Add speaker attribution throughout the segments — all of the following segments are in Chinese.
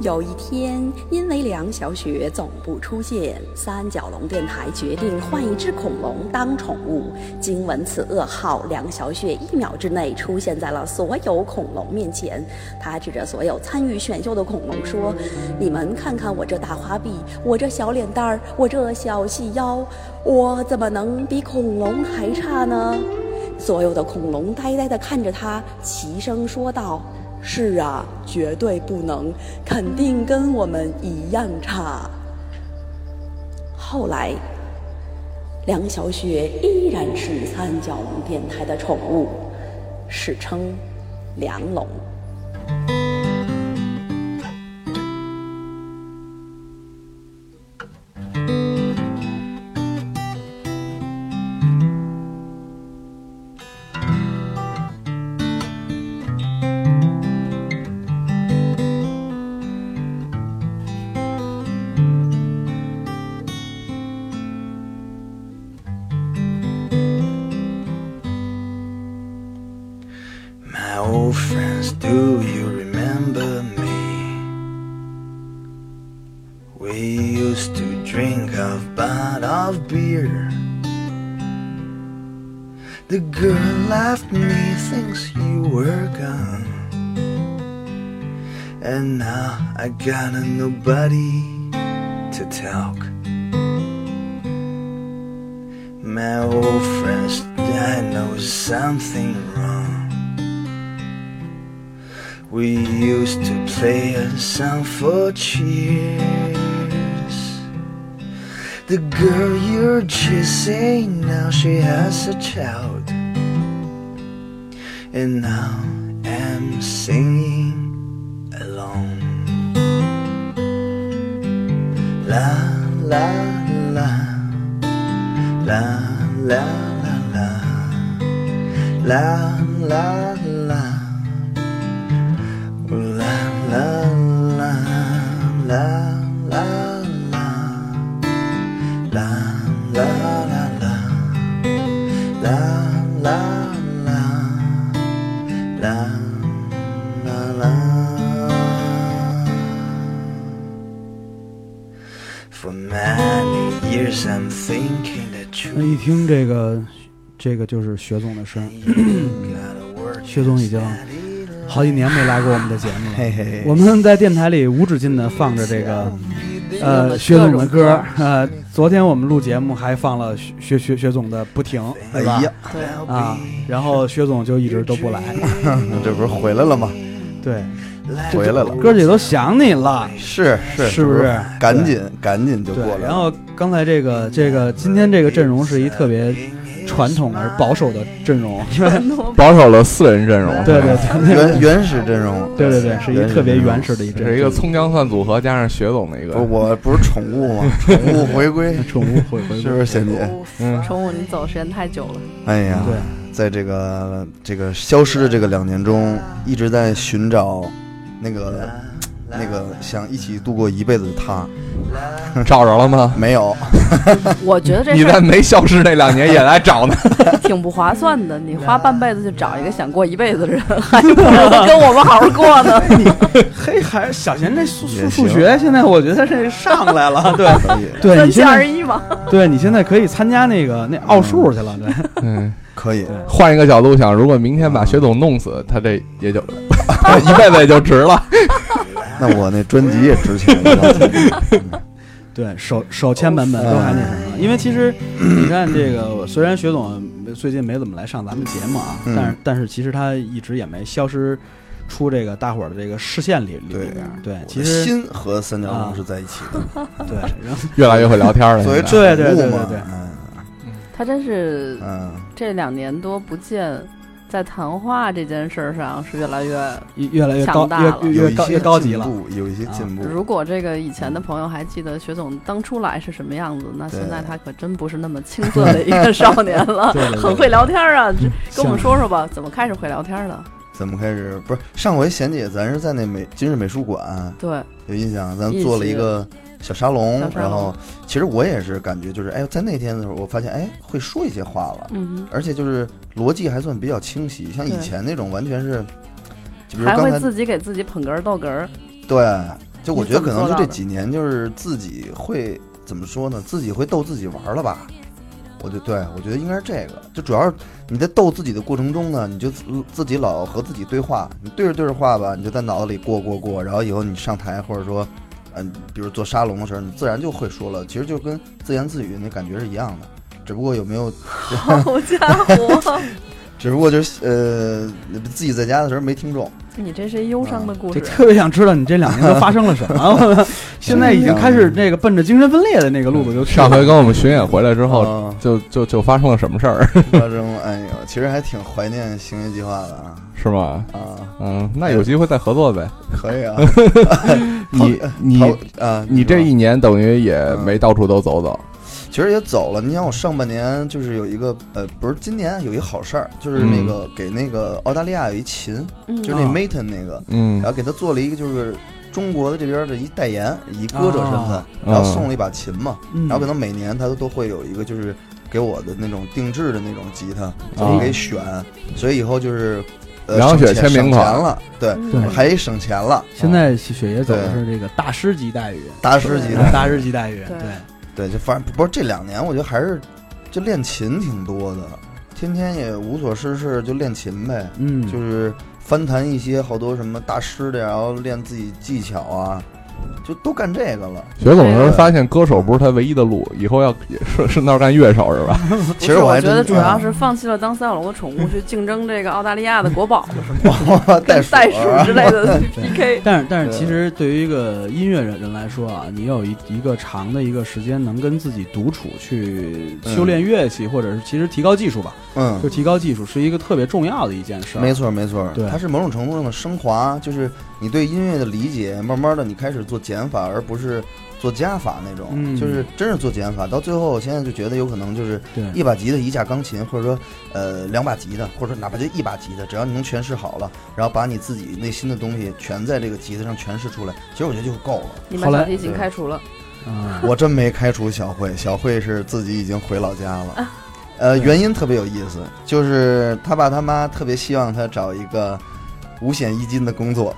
Speaker 1: 有一天，因为梁小雪总不出现，三角龙电台决定换一只恐龙当宠物。经闻此噩耗，梁小雪一秒之内出现在了所有恐龙面前。她指着所有参与选秀的恐龙说：“你们看看我这大花臂，我这小脸蛋儿，我这小细腰，我怎么能比恐龙还差呢？”所有的恐龙呆呆地看着她，齐声说道。是啊，绝对不能，肯定跟我们一样差。后来，梁小雪依然是三角龙电台的宠物，史称“梁龙”。
Speaker 2: old friends, do you remember me? We used to drink a bottle of beer. The girl left me, thinks you were gone. And now I got a nobody to talk. My old friends, I know something wrong. We used to play a song for cheers. The girl you're chasing now she has a child, and now I'm singing alone. La la la la la la la la la la. La la la la la la la la la la la la la la la la For many years I'm thinking that
Speaker 3: 那一
Speaker 2: you
Speaker 3: 听这个，这个就是薛总的声。
Speaker 2: gotta work
Speaker 3: 薛总已经
Speaker 2: steady
Speaker 3: 好几年没来过我们的节目了，
Speaker 2: 嘿嘿嘿
Speaker 3: 我们在电台里无止境的放着这个呃薛总的歌，呃，昨天我们录节目还放了薛薛薛薛总的不停，
Speaker 2: 哎
Speaker 3: 对吧？
Speaker 2: 呀，
Speaker 3: 啊，然后薛总就一直都不来，
Speaker 4: 这不是回来了吗？
Speaker 3: 对，
Speaker 4: 回来了，
Speaker 3: 哥儿姐都想你了。
Speaker 4: 是是
Speaker 3: 是不是
Speaker 4: 赶紧赶紧就
Speaker 3: 对
Speaker 4: 过来，了。
Speaker 3: 然后刚才这个这个今天这个阵容是一特别传统而保守的 阵容，
Speaker 5: 保守了四人阵容，
Speaker 3: 对对对
Speaker 4: 原原始阵容，
Speaker 3: 对对对，是一个特别原始的一阵，
Speaker 5: 这是一个葱姜蒜组合加上薛总的一
Speaker 4: 不
Speaker 5: 个
Speaker 4: 是，我不是宠物 吗？宠物回归
Speaker 3: 宠物回回
Speaker 4: 是不是贤姐？
Speaker 5: 嗯，
Speaker 6: 宠物，你走时间太久了，
Speaker 4: 哎呀，
Speaker 3: 对，
Speaker 4: 在这个这个消失的这个两年中，一直在寻找那个那个想一起度过一辈子的他，
Speaker 5: 找着了 吗？
Speaker 4: 没有，
Speaker 6: 我觉得这
Speaker 5: 你
Speaker 6: 事
Speaker 5: 在
Speaker 6: 儿
Speaker 5: 没消失那两年也来 找呢，
Speaker 6: 挺不划算的。你花半辈子去找一个想过一辈子的人，还不如跟我们好好过呢。
Speaker 3: 嘿，还是小贤这数
Speaker 4: 也
Speaker 3: 数
Speaker 4: 行
Speaker 3: 数学现在我觉得这上 来了，对
Speaker 4: 可以，
Speaker 3: 对，
Speaker 6: 三
Speaker 3: 你
Speaker 6: 七
Speaker 3: 现
Speaker 6: 二
Speaker 3: 在
Speaker 6: 十一嘛，
Speaker 3: 对你现在可以参加那个那奥数去了，对，
Speaker 5: 嗯。
Speaker 4: 可以，
Speaker 5: 换一个角度想，如果明天把薛总弄死，他这也就 一辈子也就值了。
Speaker 4: 那我那专辑也值钱了，
Speaker 3: 对手手签版本都还那什么，因为其实你看这个，虽然薛总最近没怎么来上咱们节目啊，
Speaker 4: 嗯
Speaker 3: 但是但是其实他一直也没消失出这个大伙儿的这个视线里里
Speaker 4: 对
Speaker 3: 边儿。对，
Speaker 4: 其
Speaker 3: 其
Speaker 4: 实啊
Speaker 3: 实
Speaker 4: 心和三角龙是在一起的，
Speaker 3: 对，然后
Speaker 5: 越来越会聊天了，
Speaker 4: 作为
Speaker 5: 现在
Speaker 4: 宠
Speaker 3: 对对对
Speaker 4: 物
Speaker 3: 对对
Speaker 4: 嘛，
Speaker 6: 他真是
Speaker 4: 嗯嗯，
Speaker 6: 这两年多不见，在谈话这件事儿上是越来越……
Speaker 3: 越来越高
Speaker 6: 强大了
Speaker 3: 越越
Speaker 4: 有
Speaker 3: 越
Speaker 4: 一
Speaker 3: 高
Speaker 4: 些
Speaker 3: 越高级
Speaker 4: 进
Speaker 3: 了。啊
Speaker 4: 步，有一些进步，
Speaker 6: 如果这个以前的朋友还记得薛总当初来是什么样子，那现在他可真不是那么青涩的一个少年了，
Speaker 3: 对对对，
Speaker 6: 很会聊天啊！这跟我
Speaker 3: 像
Speaker 6: 们说说吧，怎么开始会聊天的？
Speaker 4: 怎么开始？不是上回贤姐，咱是在那美今日美术馆
Speaker 6: 对，
Speaker 4: 有印象，咱做了一个小沙龙，
Speaker 6: 小沙龙
Speaker 4: 然后其实我也是感觉就是，哎，在那天的时候，我发现哎会说一些话了，
Speaker 6: 嗯哼，
Speaker 4: 而且就是逻辑还算比较清晰，像以
Speaker 6: 对
Speaker 4: 前那种完全是。就比如
Speaker 6: 还
Speaker 4: 刚
Speaker 6: 会
Speaker 4: 才
Speaker 6: 自己给自己捧哏儿逗 哏儿，
Speaker 4: 对，就我觉得可能
Speaker 6: 你怎么做
Speaker 4: 就
Speaker 6: 到
Speaker 4: 这
Speaker 6: 的
Speaker 4: 几年，就是自己会怎么说呢？自己会逗自己玩儿了吧？我就对我觉得应该是这个，就主要是你在逗自己的过程中呢，你就自自己老和自己对话，你对着对着话吧，你就在脑子里过过过，然后以后你上台或者说，嗯、比如做沙龙的时候，你自然就会说了，其实就跟自言自语那感觉是一样的，只不过有没有，
Speaker 6: 好家伙，
Speaker 4: 只不过就是呃自己在家的时候没听 众，
Speaker 6: 你这是忧伤的故
Speaker 3: 就
Speaker 4: 啊
Speaker 6: 事。
Speaker 3: 特别想知道你这两年都发生了什么。现在已经开始那个奔着精神分裂的那个路子就去了
Speaker 5: 上回跟我们巡演回来之后，
Speaker 4: 嗯
Speaker 5: 就就就发生了什么事儿，
Speaker 4: 发生了，哎呦，其实还挺怀念行乐计划的啊
Speaker 5: 是吗？
Speaker 4: 啊，
Speaker 5: 嗯，那有机会再合作呗。
Speaker 4: 可以啊，
Speaker 5: 你 你
Speaker 4: 头啊，
Speaker 5: 你这
Speaker 4: 说
Speaker 5: 一年等于也没到处都走走，
Speaker 4: 其实也走了。你想，我上半年就是有一个呃，不是今年有一个好事儿，就是
Speaker 5: 嗯
Speaker 4: 那个给那个澳大利亚有一琴，
Speaker 6: 嗯
Speaker 4: 就是
Speaker 5: 哦
Speaker 4: 那
Speaker 3: 啊
Speaker 4: Maton 那个，
Speaker 5: 嗯
Speaker 4: 然后给他做了一个就是中国的这边的一代言，以歌者身份
Speaker 5: 哦
Speaker 3: 啊，
Speaker 4: 然后送了一把琴嘛，
Speaker 3: 嗯
Speaker 4: 然后可能每年他都会有一个就是给我的那种定制的那种吉他，就
Speaker 5: 哦
Speaker 4: 我可以选，所以以后就是呃
Speaker 5: 梁雪
Speaker 4: 省钱
Speaker 5: 签名
Speaker 4: 省
Speaker 5: 款
Speaker 4: 钱了，对，
Speaker 3: 对
Speaker 6: 嗯
Speaker 4: 还省钱了，
Speaker 3: 现在雪爷走的是这个大师级待遇，
Speaker 4: 大师级的，
Speaker 3: 大师级待遇，
Speaker 6: 对
Speaker 3: 对，
Speaker 4: 对，就反正不是这两年，我觉得还是就练琴挺多的，天天也无所事事，就练琴呗，
Speaker 3: 嗯，
Speaker 4: 就是翻弹一些好多什么大师的，然后练自己技巧啊，就都干这个了。
Speaker 5: 学总是发现歌手不是他唯一的路，以后要也顺顺道干乐手是吧？
Speaker 4: 其
Speaker 6: 不
Speaker 4: 实
Speaker 6: 是
Speaker 4: 还
Speaker 6: 觉
Speaker 4: 真
Speaker 6: 得
Speaker 4: 嗯
Speaker 6: 主要是放弃了当三角龙的 宠物，去竞争这个澳大利亚的国宝了，什么
Speaker 4: 袋
Speaker 6: 跟袋鼠
Speaker 4: 啊
Speaker 6: 之类 的 PK。
Speaker 3: 但是，但是，
Speaker 4: 对
Speaker 3: 其实对于一个音乐人人来说啊，你有一一个长的一个时间能跟自己独处，去
Speaker 4: 嗯
Speaker 3: 修炼乐器，或者是其实提高技术吧，
Speaker 4: 嗯
Speaker 3: 就，提高技术是一个特别重要的一件事儿。
Speaker 4: 没错没错，
Speaker 3: 对
Speaker 4: 它是某种程度上的升华，就是你对音乐的理解，慢慢的你开始做减法，而不是做加法那种，
Speaker 3: 嗯
Speaker 4: 就是真是做减法。到最后，我现在就觉得有可能就是
Speaker 3: 对，
Speaker 4: 一把吉他，一架钢琴，或者说呃两把吉他，或者说哪怕就一把吉他，只要你能诠释好了，然后把你自己内心的东西全在这个吉他上诠释出来，其实我觉得就够了。
Speaker 6: 你
Speaker 3: 后
Speaker 6: 把
Speaker 3: 来
Speaker 6: 小提琴开除了，
Speaker 3: 啊，
Speaker 4: 我真没开除小慧，小慧是自己已经回老家了。呃，原因特别有意思，就是他爸他妈特别希望他找一个五险一金的工作，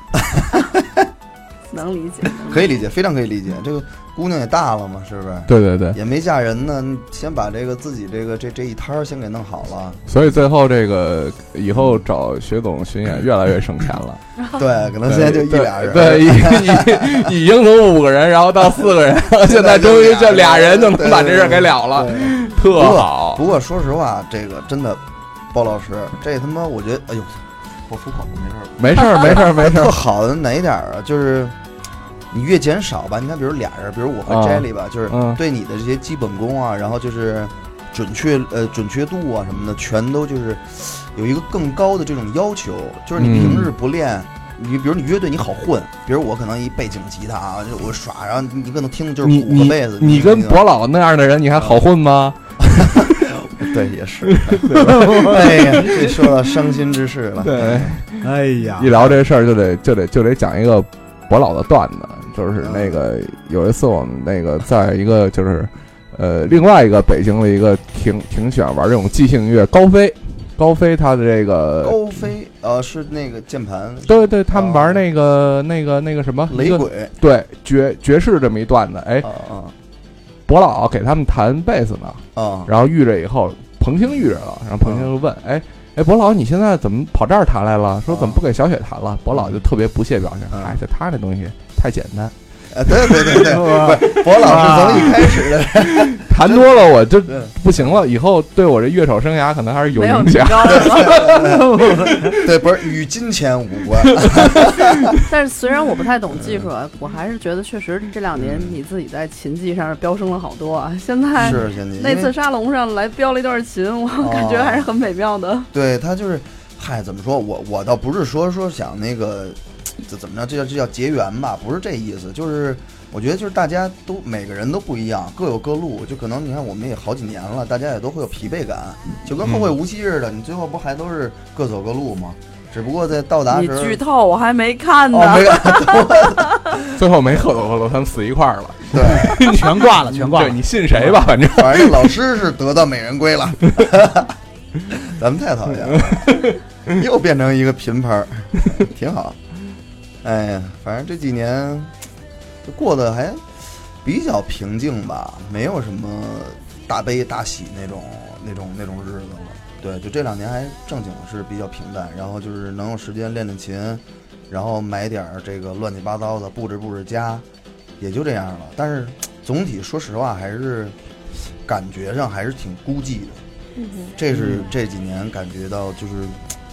Speaker 6: 能理解。
Speaker 4: 可以理解，非常可以理解。这个姑娘也大了嘛，是不是？
Speaker 5: 对对对，
Speaker 4: 也没嫁人呢，你先把这个自己这个这这一摊儿先给弄好了。
Speaker 5: 所以最后这个以后找学总巡演越来越省钱 了。
Speaker 4: 对，可能嗯现在就一
Speaker 5: 对
Speaker 4: 俩人。
Speaker 5: 对，已已已经从五个人，然后到四 个人，现在终于这俩人就能把这事儿给了了，
Speaker 4: 对
Speaker 5: 特好
Speaker 4: 不。过说实话，这个真的，包老师，这他妈我觉得，哎呦，我粗口了没事儿。
Speaker 5: 没事儿，没事儿，没事
Speaker 4: 特
Speaker 5: 儿。
Speaker 4: 好的哪一点儿啊？就是你越减少吧，你看，比如俩人，比如我和
Speaker 5: 啊
Speaker 4: Jelly 吧，就是
Speaker 5: 嗯
Speaker 4: 对你的这些基本功啊，然后就是准确呃准确度啊什么的，全都就是有一个更高的这种要求。就是你
Speaker 5: 嗯
Speaker 4: 平日不练。你比如你乐队你好混，比如我可能一背景吉他啊，就我耍，然后你你可能听的就是
Speaker 5: 你
Speaker 4: 鼓和
Speaker 5: 你
Speaker 4: 贝斯。
Speaker 5: 你跟
Speaker 4: 知道吗
Speaker 5: 博老那样的人，你还好混吗？
Speaker 4: 对也 是，哎呀，这说到伤心之事了。
Speaker 5: 对，
Speaker 4: 啊
Speaker 3: 哎呀
Speaker 5: 一，聊这事儿就得就得就得讲一个博老的段子，就是
Speaker 4: 嗯
Speaker 5: 那个有一次我们那个在一个就是呃另外一个北京的一个挺挺喜欢玩这种即兴音乐高飞，高飞他的这个。
Speaker 4: 高飞呃是那个键盘
Speaker 5: 对对，他们玩那个、那个那个什么一
Speaker 4: 雷
Speaker 5: 个
Speaker 4: 鬼
Speaker 5: 对爵爵士这么一段子，哎
Speaker 4: 啊，啊
Speaker 5: 博老给他们弹贝斯呢，
Speaker 4: 啊
Speaker 5: 然后遇着以后，彭青遇着了，然后彭青就问，哎哎，博老你现在怎么跑这儿弹来了？说怎么不给小雪弹了？博老就特别不屑表情，
Speaker 4: 嗯
Speaker 5: 哎，就他这东西太简单，
Speaker 4: 啊！对对对对，不是博老师从一开始的 嗯
Speaker 5: 弹多了我就
Speaker 4: 对
Speaker 5: 不行了，以后对我这乐手生涯可能还是有
Speaker 6: 没有
Speaker 5: 影
Speaker 6: 提
Speaker 5: 响。
Speaker 6: 高是 吧？
Speaker 4: 对，不是与金钱无关， 啊
Speaker 6: 但是虽然我不太懂技术，
Speaker 4: 嗯
Speaker 6: 啊，我还是觉得确实这两年你自己在琴技上飙升了好多啊。现在
Speaker 4: 是贤姐。
Speaker 6: 那
Speaker 4: 因为
Speaker 6: 次沙龙上来飙了一段琴，我
Speaker 4: 哦
Speaker 6: 感觉还是很美妙 的。
Speaker 4: 对他就是，嗨，怎么说我我倒不是说说想那个这怎么着，这叫这叫结缘吧，不是这意思，就是。我觉得就是大家都每个人都不一样，各有各路。就可能你看我们也好几年了，大家也都会有疲惫感，就跟后会无期似的。你最后不还都是各走各路吗？只不过在到达
Speaker 6: 你
Speaker 4: 时候，
Speaker 6: 剧透我还没看呢
Speaker 4: 哦，，没有，
Speaker 5: 最后没合作合作，他们死一块儿了，
Speaker 3: 全挂了，全挂
Speaker 5: 对
Speaker 3: 了。
Speaker 5: 你信谁吧？反正
Speaker 4: 反正老师是得到美人归了。咱们太讨厌了。又变成一个贫牌儿，挺好。哎呀，反正这几年就过得还比较平静吧，没有什么大悲大喜那种那种那种日子了。对，就这两年还正经是比较平淡，然后就是能有时间练练琴，然后买点儿这个乱七八糟的布置布置家，也就这样了。但是总体说实话，还是感觉上还是挺孤寂的。
Speaker 1: 嗯
Speaker 4: 这是这几年感觉到就是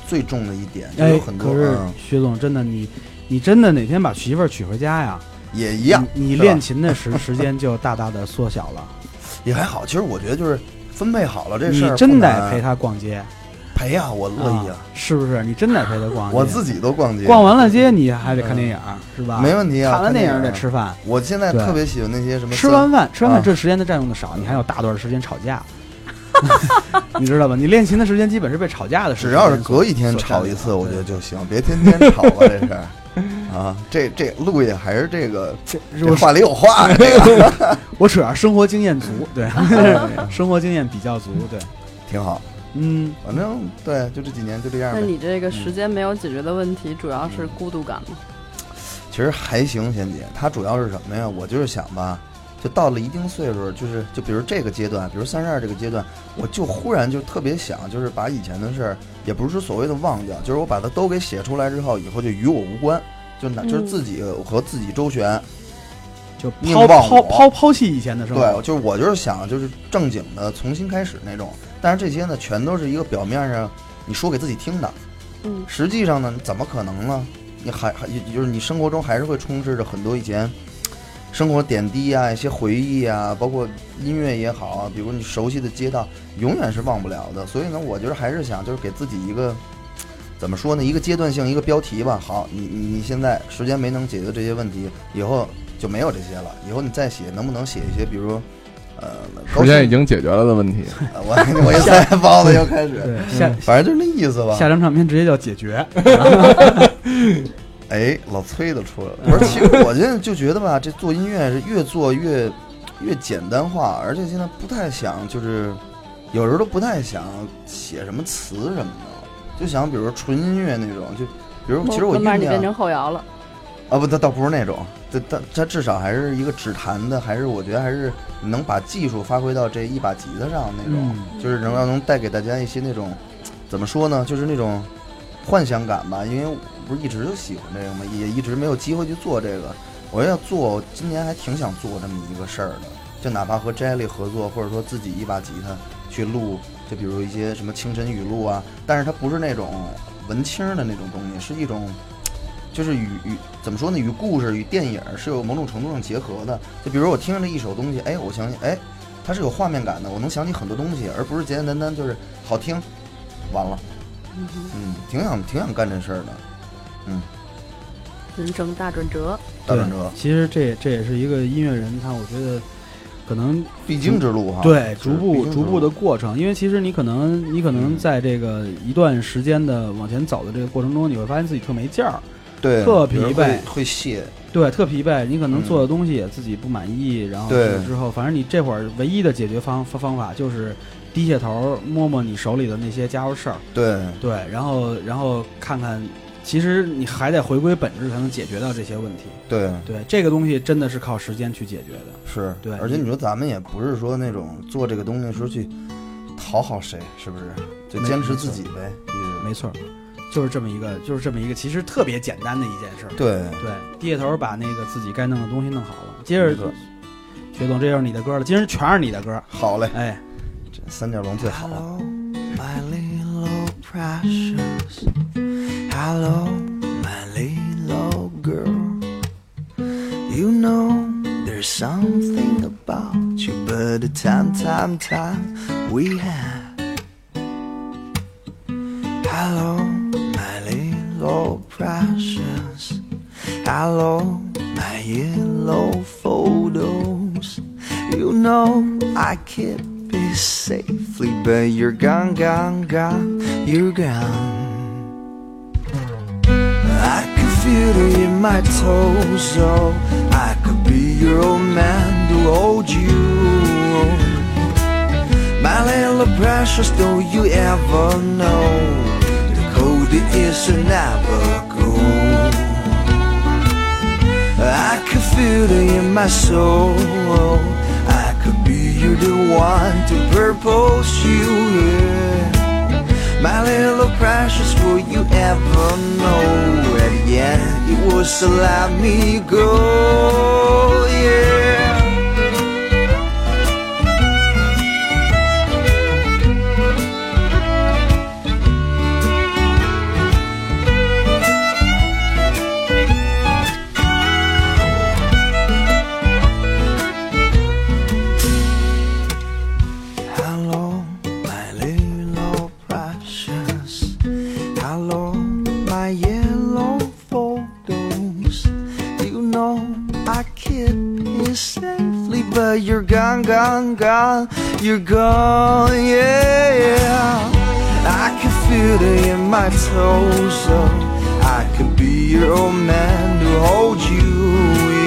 Speaker 4: 最重的一点，就
Speaker 3: 哎
Speaker 4: 有，很多
Speaker 3: 可是
Speaker 4: 嗯
Speaker 3: 薛总，真的你，你真的哪天把媳妇儿娶回家呀？
Speaker 4: 也一样，
Speaker 3: 你你
Speaker 4: 是吧
Speaker 3: 练琴的时时间就大大的缩小了。
Speaker 4: 也还好。其实我觉得就是分配好了这
Speaker 3: 你
Speaker 4: 事儿，
Speaker 3: 真得陪她逛街，
Speaker 4: 陪呀，我乐意
Speaker 3: 啊，是不啊是？你真得陪她逛街。
Speaker 4: 我自己都逛街，
Speaker 3: 逛完了街，你还得看电影儿，是吧？
Speaker 4: 没问题啊。
Speaker 3: 看完电影儿得
Speaker 4: 看。
Speaker 3: 吃饭，
Speaker 4: 我现在
Speaker 3: 对
Speaker 4: 特别喜欢那些什么
Speaker 3: 吃
Speaker 4: 三
Speaker 3: 完饭吃完饭，
Speaker 4: 啊
Speaker 3: 这时间的占用的少，你还有大段时间吵架。 你知道吧？你练琴的时间基本是被吵架的时间
Speaker 4: 只
Speaker 3: 所
Speaker 4: 要
Speaker 3: 占用
Speaker 4: 是
Speaker 3: 的。
Speaker 4: 隔一天
Speaker 3: 所占
Speaker 4: 吵
Speaker 3: 用
Speaker 4: 一
Speaker 3: 的
Speaker 4: 次，我觉得
Speaker 3: 对
Speaker 4: 就行，别天天吵了这是。 啊，这这路也还是这个，
Speaker 3: 我
Speaker 4: 这话里有话呀，这个
Speaker 3: 我主要生活经验足， 对，生活经验比较足，对，
Speaker 4: 挺好。
Speaker 3: 嗯，
Speaker 4: 反正对，就这几年就这样
Speaker 6: 那
Speaker 4: 呗。
Speaker 6: 你这个时间没有解决的问题，主要是孤独感吗？
Speaker 4: 其实还行，贤姐，她主要是什么呀？我就是想吧，就到了一定岁数，就是就比如这个阶段，比如三十二这个阶段，我就忽然就特别想，就是把以前的事儿，也不是说所谓的忘掉，就是我把它都给写出来之后，以后就与我无关，就哪就是
Speaker 1: 嗯
Speaker 4: 自己呃和自己周旋。
Speaker 3: 就
Speaker 4: 宁
Speaker 3: 抛
Speaker 4: 忘
Speaker 3: 抛
Speaker 4: 我
Speaker 3: 抛抛弃以前的生
Speaker 4: 对，
Speaker 3: 活，
Speaker 4: 就是我就是想就是正经的重新开始那种，但是这些呢，全都是一个表面上你说给自己听的，
Speaker 1: 嗯
Speaker 4: 实际上呢，你怎么可能呢？你还还也就是你生活中还是会充斥着很多以前生活点滴啊，一些回忆啊，包括音乐也好啊，比如你熟悉的街道，永远是忘不了的。所以呢，我就是还是想就是给自己一个怎么说呢，一个阶段性一个标题吧。好，你你你现在时间没能解决这些问题，以后就没有这些了。以后你再写，能不能写一些，比如呃，
Speaker 5: 时间已经解决了的问题。
Speaker 4: 高兴 我我一 塞包子又开始，
Speaker 3: 对，下
Speaker 4: 反正嗯就是那意思吧。
Speaker 3: 下张唱片直接叫解决，
Speaker 4: 哎，老崔都出来了。不是，其实我现在就觉得吧， 这做音乐是越做越越简单化，而且现在不太想，就是有时候都不太想写什么词什么的，就想比如说纯音乐那种，就比嗯如其实我
Speaker 6: 慢
Speaker 4: 酝
Speaker 6: 慢你变
Speaker 4: 酿
Speaker 6: 成后摇了，
Speaker 4: 啊，不，它倒不是那种，它它它至少还是一个指弹的，还是我觉得还是能把技术发挥到这一把吉他上那种。
Speaker 3: 嗯，
Speaker 4: 就是能让能带给大家一些那种，怎么说呢，就是那种幻想感吧。因为我不是一直就喜欢这个嘛，也一直没有机会去做这个。我要做，我今年还挺想做这么一个事儿的，就哪怕和 Jelly 合作，或者说自己一把吉他去录，就比如一些什么清晨语录啊，但是它不是那种文青儿的那种东西，是一种。就是与与怎么说呢，与故事与电影儿是有某种程度上结合的。就比如我听着一首东西，哎，我想起，哎，它是有画面感的，我能想起很多东西，而不是简简单单就是好听，完了。嗯，挺想挺想干这事儿的，
Speaker 6: 人生大转折。
Speaker 4: 大
Speaker 3: 对
Speaker 4: 转折，
Speaker 3: 其实这这也是一个音乐人，他我觉得可能
Speaker 4: 必经之路哈。就是
Speaker 3: 对逐
Speaker 4: 必
Speaker 3: 步
Speaker 4: 经之
Speaker 3: 逐步的
Speaker 4: 路，
Speaker 3: 过程，因为其实你可能你可能
Speaker 4: 嗯
Speaker 3: 在这个一段时间的往前走的这个过程中，你会发现自己特没劲儿，
Speaker 4: 对，
Speaker 3: 特疲
Speaker 4: 有人
Speaker 3: 惫
Speaker 4: 会会卸，
Speaker 3: 对，特疲惫，你可能
Speaker 4: 嗯
Speaker 3: 做的东西也自己不满意，然后
Speaker 4: 对
Speaker 3: 之后，反正你这会儿唯一的解决方方方法就是低下头摸摸你手里的那些家伙事儿，
Speaker 4: 对，
Speaker 3: 对，然后然后看看，其实你还得回归本质才能解决到这些问题。
Speaker 4: 对，
Speaker 3: 对，这个东西真的是靠时间去解决的。
Speaker 4: 是，
Speaker 3: 对
Speaker 4: 而且你说咱们也不是说那种做这个东西说去讨好谁，是不是？就
Speaker 3: 没
Speaker 4: 坚持
Speaker 3: 没
Speaker 4: 自
Speaker 3: 错
Speaker 4: 己呗，一直。
Speaker 3: 没错儿，就是这么一个，就是这么一个，其实特别简单的一件事儿。
Speaker 4: 对，
Speaker 3: 对，低下头把那个自己该弄的东西弄好了。接
Speaker 4: 没
Speaker 3: 着
Speaker 4: 错，
Speaker 3: 薛总，这就是你的歌了，今儿全是你的歌。
Speaker 4: 好嘞，
Speaker 3: 哎，
Speaker 4: 这三角龙最好了。
Speaker 2: Hello, my little precious. Hello, my little girl. You know there's something about you, but the time, time, time we have. Hello, my little precious. Hello, my yellow photos. You know I keep it safely, but you're gone, gone, gone, you're gone. I could feel it in my toes, so I could be your old man to hold you. My little precious, don't you ever know the cold maybe it's an hour ago. I could feel it in my soul. I could be you, the one to propose you. Yeah. My little precious, will you ever know? At the end, you will still let me go. Yeah. Hello, my little precious. Hello, my yellow photos. You know I keep it safely, but you're gone, gone, gone. You're gone, yeah. yeah. I can feel it in my toes, so I could be your old man to hold you,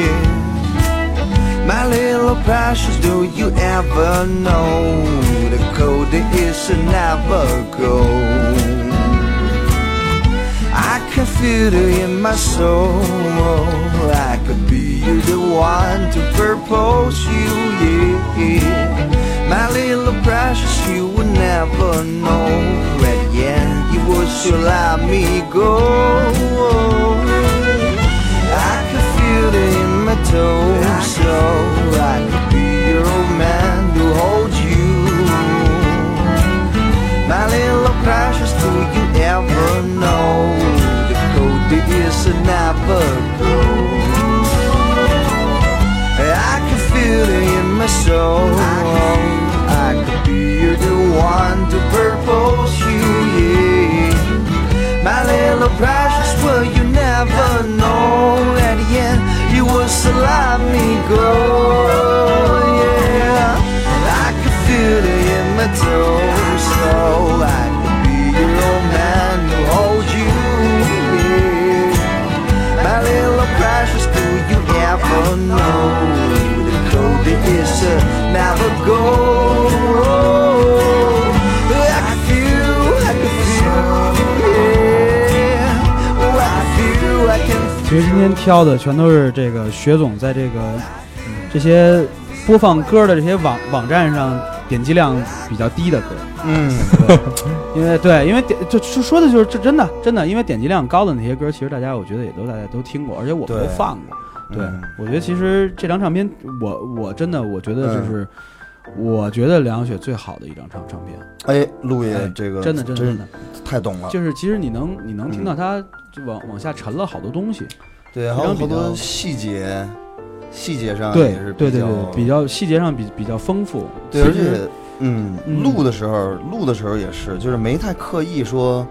Speaker 2: yeah. My little precious, do you ever know the code that is to never go? I can feel it in my soul. I could be you, the one to propose you. Yeah, my little precious, you would never know. At the end, you would still let me go. I could feel it in my toes, so I could be your old man to hold you. My little precious, do you ever know the code that is to never go? I can feel it in my soul. I could be your the one to propose you, yeah. My little precious, will you never know? At the end, you will still let me go. Yeah, I can feel it in my toes, so I could be your old man to hold you. Yeah. My little precious, do you ever know the code that is to never go? I can feel, I can feel, yeah. Oh, I feel, I can feel.
Speaker 3: 其实今天挑的全都是这个学总在这个嗯这些播放歌的这些网网站上点击量比较低的歌，
Speaker 4: 嗯，
Speaker 3: 因为对，因为点就就说的就是这真的真的，因为点击量高的那些歌，其实大家我觉得也都大家都听过，而且我们
Speaker 4: 对
Speaker 3: 都放过。对，
Speaker 4: 嗯
Speaker 3: 我觉得其实这张唱片，我我真的我觉
Speaker 4: 嗯
Speaker 3: 得就是，我觉得梁雪最好的一张唱唱片，
Speaker 4: 哎，陆爷
Speaker 3: 哎，
Speaker 4: 这啊嗯个
Speaker 3: 真的真的真的，
Speaker 4: 太懂了，
Speaker 3: 就是其实你能你能听到它就往往下沉了好多东西，
Speaker 4: 对，还有好
Speaker 3: 非常比较
Speaker 4: 多细节，细节上
Speaker 3: 对
Speaker 4: 啊也是
Speaker 3: 对对
Speaker 4: 较
Speaker 3: 对，比较细节上比比较丰富，
Speaker 4: 对，
Speaker 3: 其
Speaker 4: 而
Speaker 3: 实
Speaker 4: 且嗯，
Speaker 3: 嗯
Speaker 4: 录的时候录的时候也是，就是没太刻意说，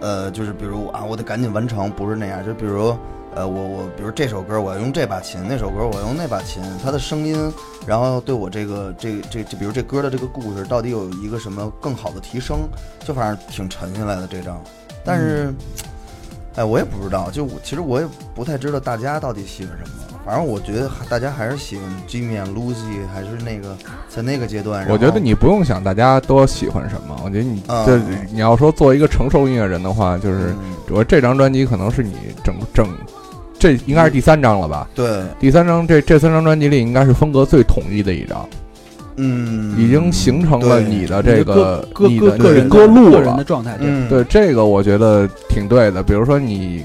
Speaker 4: 呃，就是比如啊，我得赶紧完成，不是那样，就比如。呃，我我比如这首歌我要用这把琴，那首歌我要用那把琴，它的声音，然后对我这个这这这，比如这歌的这个故事到底有一个什么更好的提升，就反正挺沉下来的这张，但是，哎，我也不知道，就我其实我也不太知道大家到底喜欢什么，反正我觉得大家还是喜欢 Jimmy and Lucy，还是那个在那个阶段，然后
Speaker 5: 我觉得你不用想大家都喜欢什么，我觉得你
Speaker 4: 啊
Speaker 5: 就你要说做一个成熟音乐人的话，就是
Speaker 4: 嗯
Speaker 5: 我这张专辑可能是你整整这应该是第三张了吧？
Speaker 4: 对，
Speaker 5: 第三张这这三张专辑里应该是风格最统一的一张，
Speaker 4: 嗯，
Speaker 5: 已经形成了
Speaker 4: 对
Speaker 5: 你的这
Speaker 3: 个个
Speaker 5: 个你
Speaker 3: 个
Speaker 5: 的
Speaker 3: 个
Speaker 5: 这
Speaker 3: 人
Speaker 5: 歌路啊
Speaker 3: 个人的
Speaker 5: 了。
Speaker 3: 状态，对
Speaker 4: 嗯，
Speaker 5: 对，这个我觉得挺对的。比如说你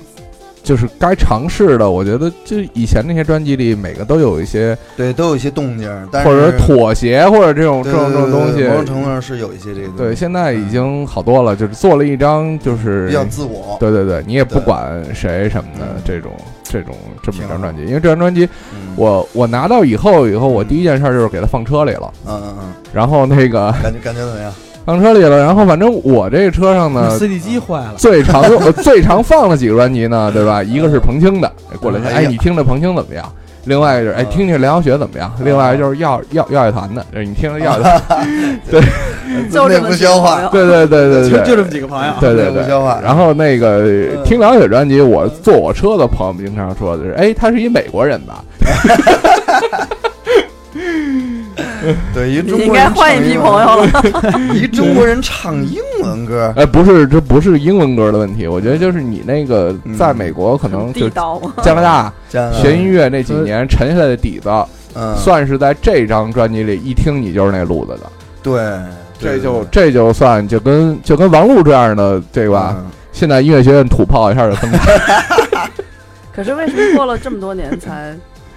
Speaker 5: 就是该尝试的，我觉得就以前那些专辑里每个都有一些，
Speaker 4: 对，都有一些动静，但
Speaker 5: 或
Speaker 4: 是
Speaker 5: 者是妥协，或者这种这
Speaker 4: 对
Speaker 5: 种这种东
Speaker 4: 对对对某种
Speaker 5: 西。
Speaker 4: 程度上是有一些这个东西
Speaker 5: 对，现在已经好多了，就是做了一张就是
Speaker 4: 嗯比较自我，
Speaker 5: 对对对，你也不
Speaker 4: 对
Speaker 5: 管谁什么的
Speaker 4: 嗯
Speaker 5: 这种这种这么一
Speaker 4: 挺
Speaker 5: 张
Speaker 4: 好
Speaker 5: 专辑，因为这张专辑
Speaker 4: 嗯，
Speaker 5: 我我拿到以后以后，我第一件事就是给它放车里了，
Speaker 4: 嗯嗯
Speaker 5: 然后那个
Speaker 4: 嗯，感觉感觉怎么 样？
Speaker 5: 放车里了，然后反正我这个车上呢。
Speaker 3: ，CD 机坏了，
Speaker 5: 最常我 最常放的几个专辑呢，对吧？一个是彭青的，过来，
Speaker 4: 哎
Speaker 5: 哎，
Speaker 4: 呀
Speaker 5: 你听着彭青怎么样？另外就是，哎，
Speaker 4: 嗯
Speaker 5: 听听梁晓雪怎么样？另外就是耀耀耀乐团的，哎你听着耀乐 团，
Speaker 6: 就
Speaker 4: 内
Speaker 6: 这
Speaker 4: 部
Speaker 6: 么几
Speaker 4: 消
Speaker 6: 个
Speaker 4: 化
Speaker 6: 朋友
Speaker 5: 对对对对对，
Speaker 3: 就就这么几个朋友，
Speaker 5: 对对
Speaker 4: 内
Speaker 5: 对
Speaker 4: 部，消化
Speaker 5: 然后那个
Speaker 4: 嗯
Speaker 5: 听梁雪专辑，我坐我车的朋友们经常说的是，哎，他是一美国人吧？
Speaker 4: 对，一中
Speaker 6: 你应
Speaker 4: 国
Speaker 6: 该
Speaker 4: 人
Speaker 6: 换一批朋友了。
Speaker 4: 友，一中国人唱英文歌，
Speaker 5: 哎，不是，这不是英文歌的问题，我觉得就是你那个
Speaker 4: 嗯
Speaker 5: 在美国可能就
Speaker 6: 地道 吗？
Speaker 5: 加拿大
Speaker 4: 加拿大
Speaker 5: 学音乐那几年沉下来的底子，
Speaker 4: 嗯，
Speaker 5: 算是在这张专辑里一听你就是那路子的，
Speaker 4: 对，对嗯
Speaker 5: 这就这就算就跟就跟王璐这样的对吧？？现在音乐学院土炮一下就登场，
Speaker 6: 可是为什么过了这么多年才？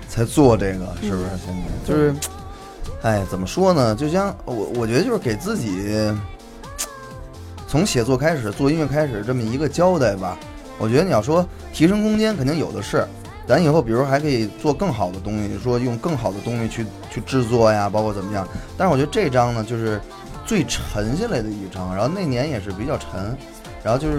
Speaker 4: 才做这个，是不是？现在就是，哎，怎么说呢？就像我，我觉得就是给自己从写作开始，做音乐开始这么一个交代吧。我觉得你要说提升空间，肯定有的是。咱以后比如还可以做更好的东西，说用更好的东西去去制作呀，包括怎么样。但是我觉得这张呢，就是最沉下来的一张，然后那年也是比较沉，然后就是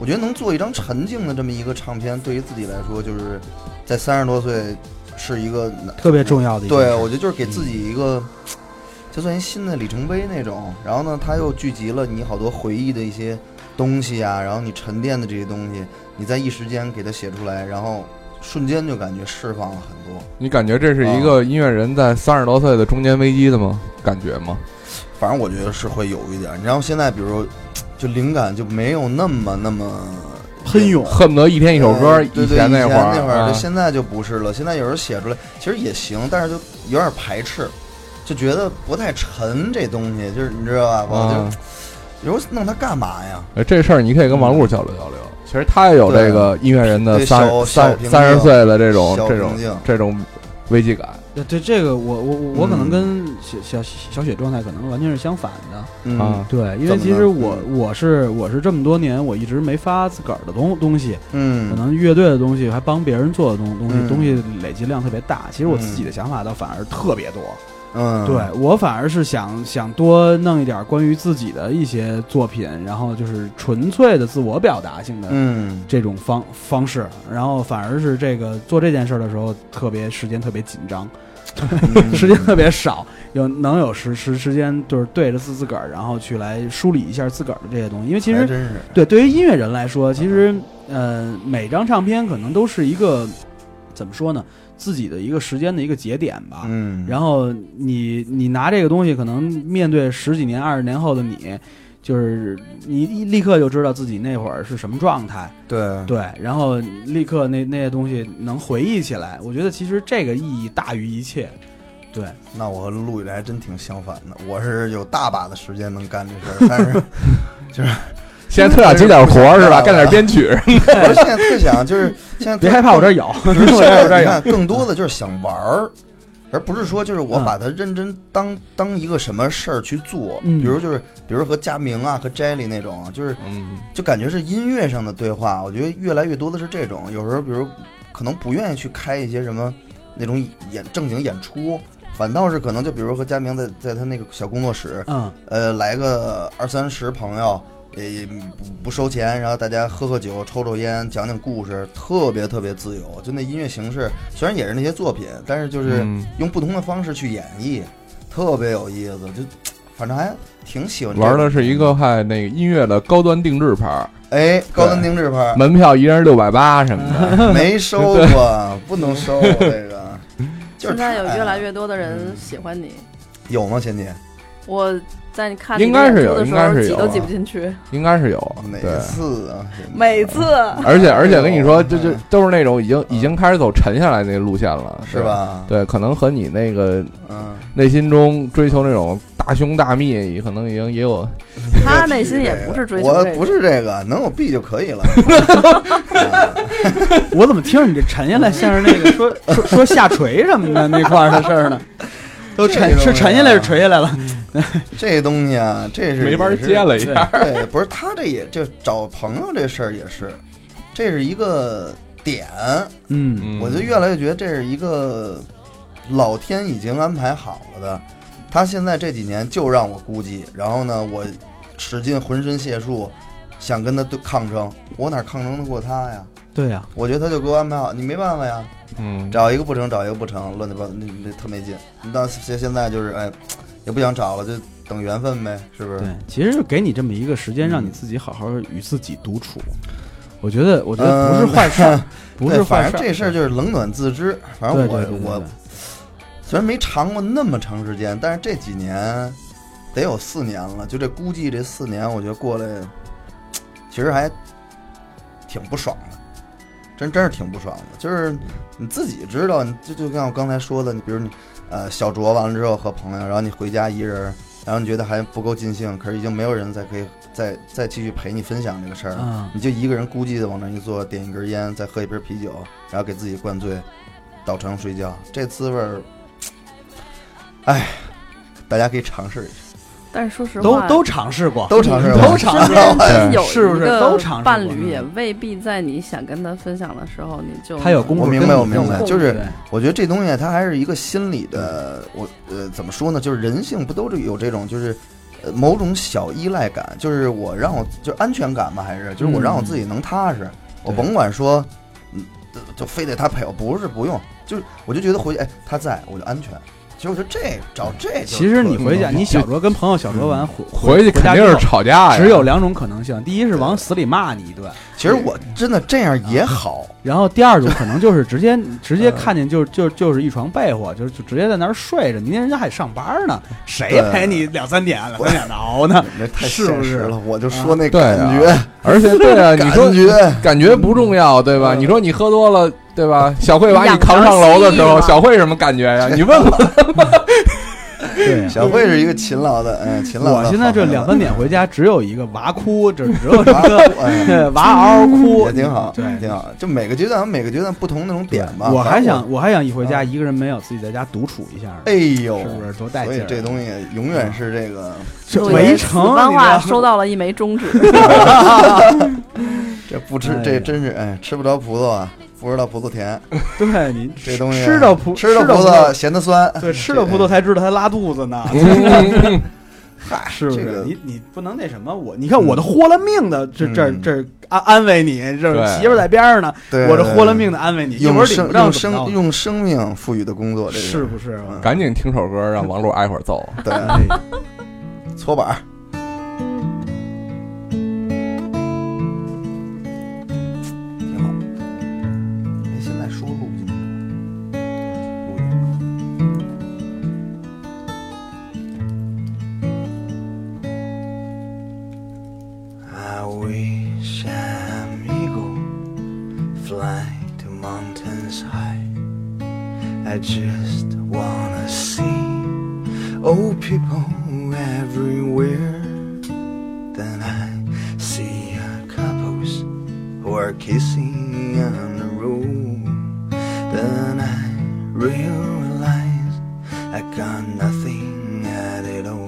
Speaker 4: 我觉得能做一张沉静的这么一个唱片，对于自己来说，就是在三十多岁是一个难
Speaker 3: 特别重要的一件事。
Speaker 4: 对，我觉得就是给自
Speaker 5: 嗯
Speaker 4: 己一个，就算一新的里程碑那种。然后呢，它又聚集了你好多回忆的一些东西啊，然后你沉淀的这些东西，你在一时间给它写出来，然后瞬间就感觉释放了很多。
Speaker 5: 你感觉这是一
Speaker 4: 嗯
Speaker 5: 个音乐人在三十多岁的中间危机的吗？感觉吗？
Speaker 4: 反正我觉得是会有一点儿。你知道现在，比如就灵感就没有那么那么
Speaker 3: 喷涌
Speaker 5: 恨不得一天一首歌，
Speaker 4: 呃对对，
Speaker 5: 前
Speaker 4: 以
Speaker 5: 那会
Speaker 4: 那
Speaker 5: 儿
Speaker 4: 儿，
Speaker 5: 啊
Speaker 4: 就现在就不是了。现在有时候写出来其实也行，但是就有点排斥，就觉得不太沉这东西，就是你知道吧？我
Speaker 5: 啊
Speaker 4: 就，有时候弄它干嘛呀？
Speaker 5: 呃这事儿你可以跟王璐交流交流。其实他也有
Speaker 4: 对啊
Speaker 5: 这个音乐人的
Speaker 4: 对
Speaker 5: 三
Speaker 4: 小小
Speaker 5: 三
Speaker 4: 平静
Speaker 5: 三十岁的这种
Speaker 4: 小
Speaker 5: 这种
Speaker 4: 平静
Speaker 5: 这种危机感。
Speaker 3: 对对，这个我我我我可能
Speaker 4: 嗯
Speaker 3: 跟小小小雪状态可能完全是相反的。
Speaker 4: 嗯
Speaker 5: 啊
Speaker 3: 对，因
Speaker 4: 怎
Speaker 3: 为
Speaker 4: 么
Speaker 3: 其
Speaker 4: 呢
Speaker 3: 实我
Speaker 4: 嗯
Speaker 3: 我是我是这么多年我一直没发自个儿的东东西，可
Speaker 4: 嗯
Speaker 3: 能乐队的东西还帮别人做的东东
Speaker 4: 嗯
Speaker 3: 西，东西累积量特别大。其实我自己的想法倒反而特别多，
Speaker 4: 嗯，
Speaker 3: 对我反而是想想多弄一点关于自己的一些作品，然后就是纯粹的自我表达性的
Speaker 4: 嗯
Speaker 3: 这种方方式，然后反而是这个做这件事儿的时候，特别时间特别紧张，
Speaker 4: 嗯
Speaker 3: 时间特别少，有能有时时时间就是对着自自个儿，然后去来梳理一下自个儿的这些东西，因为其
Speaker 4: 还
Speaker 3: 实
Speaker 4: 真是
Speaker 3: 对对于音乐人来
Speaker 4: 嗯
Speaker 3: 说，其实呃每张唱片可能都是一个怎么说呢，自己的一个时间的一个节点吧，
Speaker 4: 嗯，
Speaker 3: 然
Speaker 4: 后
Speaker 3: 后你你拿这个东西，可能面对十几年、二十年后的你，就是你立刻就知道自己那会儿是什么状态，
Speaker 4: 对
Speaker 3: 对，然后立刻那那些东西能回忆起来。我觉得其实这个意义大于一切。对，
Speaker 4: 那我和陆宇还真挺相反的，我是有大把的时间能干这事儿，但是
Speaker 5: 现在特想接点活儿是
Speaker 4: 啊
Speaker 5: 吧？干点编曲，
Speaker 4: 我现在特想就是现在
Speaker 3: 别
Speaker 4: 特
Speaker 3: 害怕，我这儿有， 我
Speaker 4: 就是现
Speaker 3: 这儿有，我这
Speaker 4: 在
Speaker 3: 儿
Speaker 4: 你
Speaker 3: 有。
Speaker 4: 看，更多的就是想玩儿，而不是说就是我
Speaker 3: 嗯
Speaker 4: 把它认真当当一个什么事儿去做。
Speaker 3: 嗯
Speaker 4: 比如就是，比如和佳明啊，和 Jelly 那种啊，就是
Speaker 5: 嗯，
Speaker 4: 就感觉是音乐上的对话。我觉得越来越多的是这种，有时候比如可能不愿意去开一些什么那种演正经演出。反倒是可能就比如和佳明在在他那个小工作室，
Speaker 3: 嗯，
Speaker 4: 呃，来个二三十朋友，也也不不收钱，然后大家喝喝酒、抽抽烟、讲讲故事，特别特别自由。就那音乐形式，虽然也是那些作品，但是 就是
Speaker 5: 嗯
Speaker 4: 用不同的方式去演绎，特别有意思。就反正还挺喜欢这
Speaker 5: 玩的
Speaker 4: 种
Speaker 5: 是一个还那个音乐的高端定制牌儿，
Speaker 4: 哎高端定制牌，
Speaker 5: 门票一人六百八什么的。
Speaker 4: 没收过，不能收这个。就是嗯
Speaker 6: 现在有
Speaker 4: 太
Speaker 6: 越来越多的人喜欢你。
Speaker 4: 有吗？贤姐，
Speaker 6: 我在你看你
Speaker 5: 应该是有
Speaker 6: 演出
Speaker 5: 应该
Speaker 6: 的时候
Speaker 5: 是
Speaker 6: 挤
Speaker 5: 有
Speaker 6: 都
Speaker 5: 啊
Speaker 6: 挤不进去，
Speaker 5: 应该 是有，
Speaker 4: 哦哪
Speaker 5: 对。
Speaker 4: 次啊？贤姐
Speaker 6: 每次
Speaker 5: 而 且而且跟你说，
Speaker 4: 哎呦嗯
Speaker 5: 这这都是那种已经已经开始走沉下来那个路线了，
Speaker 4: 是？吧？
Speaker 5: 对，可能和你那个
Speaker 4: 嗯，
Speaker 5: 内心中追求那种大胸大蜜，可能已经也有
Speaker 6: 他内心也不是追求
Speaker 4: 我
Speaker 6: 这
Speaker 4: 不
Speaker 6: 个。
Speaker 4: 是这个，能有 B 就可以了。
Speaker 3: 我怎么听着你这沉下来，像是那个说说说下垂什么的那块儿的事儿呢？都
Speaker 4: 这
Speaker 3: 沉
Speaker 4: 个
Speaker 3: 是沉下来是
Speaker 4: 东西啊
Speaker 3: 垂下来了，
Speaker 4: 这东西啊，这是
Speaker 5: 没法接。了一下。
Speaker 4: 对，不是他这也这找朋友这事儿也是，这是一个点，
Speaker 3: 嗯，
Speaker 4: 我就越来越觉得这是一个老天已经安排好了的。他现在这几年就让我估计，然后呢，我使尽浑身解数想跟他对抗争，我哪抗争得过他呀？
Speaker 3: 对呀，
Speaker 4: 我觉得他就给我安排好，你没办法呀，
Speaker 5: 嗯，
Speaker 4: 找一个不成，找一个不成，乱七八糟，那那特没劲。那现现在就是哎，也不想找了，就等缘分呗，是不是？
Speaker 3: 对，其实就给你这么一个时间，让你自己好好与自己独处。我觉得，我觉得不是坏事儿，不
Speaker 4: 对
Speaker 3: 是坏
Speaker 4: 反
Speaker 3: 事
Speaker 4: 正
Speaker 3: 儿。
Speaker 4: 这事儿就是冷暖自知。反正
Speaker 3: 对
Speaker 4: 我
Speaker 3: 对对对
Speaker 4: 我
Speaker 7: 虽然没尝过那么长时间，但是这几年得有四年了，就这估计这四年，我觉得过来，其实还挺不爽的，真真是挺不爽的。就是你自己知道，你就就像我刚才说的，你比如你呃小酌完了之后和朋友，然后你回家一人，然后你觉得还不够尽兴，可是已经没有人再可以再再继续陪你分享这个事儿了。
Speaker 3: 啊，
Speaker 7: 你就一个人孤寂的往那一坐，点一根烟，再喝一瓶啤酒，然后给自己灌醉，倒床睡觉，这滋味儿，哎，大家可以尝试一下。
Speaker 6: 但是说实
Speaker 3: 都
Speaker 6: 话，
Speaker 3: 都尝试过，
Speaker 7: 都尝试过
Speaker 3: 都尝试
Speaker 6: 身
Speaker 3: 过。
Speaker 6: 边有
Speaker 3: 是不是
Speaker 6: 一个
Speaker 3: 都尝试过嗯
Speaker 6: 伴侣也未必在你想跟他分享的时候，你就
Speaker 3: 他有公
Speaker 7: 我
Speaker 3: 主
Speaker 7: 明
Speaker 3: 跟
Speaker 7: 白
Speaker 3: 你
Speaker 7: 我明
Speaker 3: 有
Speaker 7: 白
Speaker 3: 共
Speaker 7: 就是
Speaker 3: 对
Speaker 7: 我觉得这东西它还是一个心理的，我呃怎么说呢？就是人性不都是有这种就是。呃某种小依赖感，就是我让我就安全感吧，还是就是我让我自己能踏实，
Speaker 3: 嗯
Speaker 7: 我甭管说，嗯，就就非得他陪我，不是不用，就是我就觉得回去，哎，他在我就安全。其实我觉得这找这就
Speaker 3: 其实你
Speaker 7: 特
Speaker 3: 回家，
Speaker 7: 别
Speaker 3: 你小酌跟朋友小酌完回
Speaker 5: 回去肯定是
Speaker 3: 家之后
Speaker 5: 吵架呀。
Speaker 3: 只有两种可能性，第一是往死里骂你一顿，
Speaker 7: 其实我真的这样也好，
Speaker 3: 然后第二种可能就是直接 直接看见
Speaker 7: 呃
Speaker 3: 就就就是一床被窝，就是就直接在那儿睡着，明天人家还上班呢，谁
Speaker 7: 对
Speaker 3: 陪你两三点两三点的熬呢？
Speaker 7: 那太
Speaker 3: 是
Speaker 7: 现
Speaker 3: 不
Speaker 7: 实
Speaker 3: 是
Speaker 7: 了。我就说那
Speaker 5: 对啊
Speaker 7: 感觉，
Speaker 5: 而且 对啊，你说
Speaker 7: 感觉
Speaker 5: 感觉不重要，对
Speaker 4: 嗯
Speaker 5: 吧？你说你喝多了，对吧？小慧把你
Speaker 6: 养成
Speaker 5: 扛上楼的时
Speaker 6: 习
Speaker 5: 候，
Speaker 6: 惯
Speaker 5: 小慧什么感觉呀？你问问，
Speaker 3: 对呀。
Speaker 7: 小慧是一个勤劳的，哎，勤劳的好
Speaker 3: 我
Speaker 7: 孩子。
Speaker 3: 现在这两三 点回家，只有一个娃哭，这只有一
Speaker 7: 啊，
Speaker 3: 个
Speaker 7: 哎
Speaker 3: 对 娃嗷嗷哭
Speaker 7: 也，挺好，
Speaker 3: 对
Speaker 7: 挺好。就每个阶段有每个阶段不同那种点吧。
Speaker 3: 我还
Speaker 7: 反正
Speaker 3: 想，我还想一回家一个人没有，自己在家独处一下呢，
Speaker 7: 哎呦，
Speaker 3: 是不是多带
Speaker 7: 所
Speaker 3: 劲
Speaker 7: 以
Speaker 3: 儿？啊
Speaker 7: 这东西永远是这个，
Speaker 3: 这
Speaker 6: 对
Speaker 3: 围
Speaker 6: 此
Speaker 3: 城
Speaker 6: 番
Speaker 3: 你
Speaker 6: 话
Speaker 3: 知道
Speaker 6: 收到了一枚中指，
Speaker 7: 这不吃
Speaker 3: 哎
Speaker 7: 这
Speaker 3: 呀
Speaker 7: 真是哎，吃不着葡萄啊，不知道葡萄甜。
Speaker 3: 对你
Speaker 7: 这东西啊
Speaker 3: 吃到葡
Speaker 7: 吃到
Speaker 3: 到
Speaker 7: 葡萄咸的酸，
Speaker 3: 对吃到葡萄才知道它拉肚子呢，
Speaker 7: 嗯 嗨，
Speaker 3: 是不
Speaker 7: 这个
Speaker 3: 是？你你不能那什么我，你看我都豁了命的，这这
Speaker 7: 嗯
Speaker 3: 这安安慰你，这
Speaker 5: 对
Speaker 3: 媳妇儿在边上呢，
Speaker 7: 对
Speaker 3: 我这豁了命的安慰你，一会
Speaker 7: 用
Speaker 3: 儿领
Speaker 7: 生
Speaker 3: 不
Speaker 7: 用生
Speaker 3: 到怎么着
Speaker 7: 用生命赋予的工作，这
Speaker 3: 是
Speaker 7: 是
Speaker 3: 不是？啊
Speaker 7: 嗯
Speaker 5: 赶紧听首歌，让王璐挨会儿 揍。
Speaker 7: 对
Speaker 3: 哎
Speaker 7: 嗯搓板儿。挺好。哎，现在说录不进去了录进去了
Speaker 4: I wish I'm eagle, fly to mountains high. I just wanna see old people everywhere. Then I see a couples who are kissing on the road. Then I realize I got nothing at it all.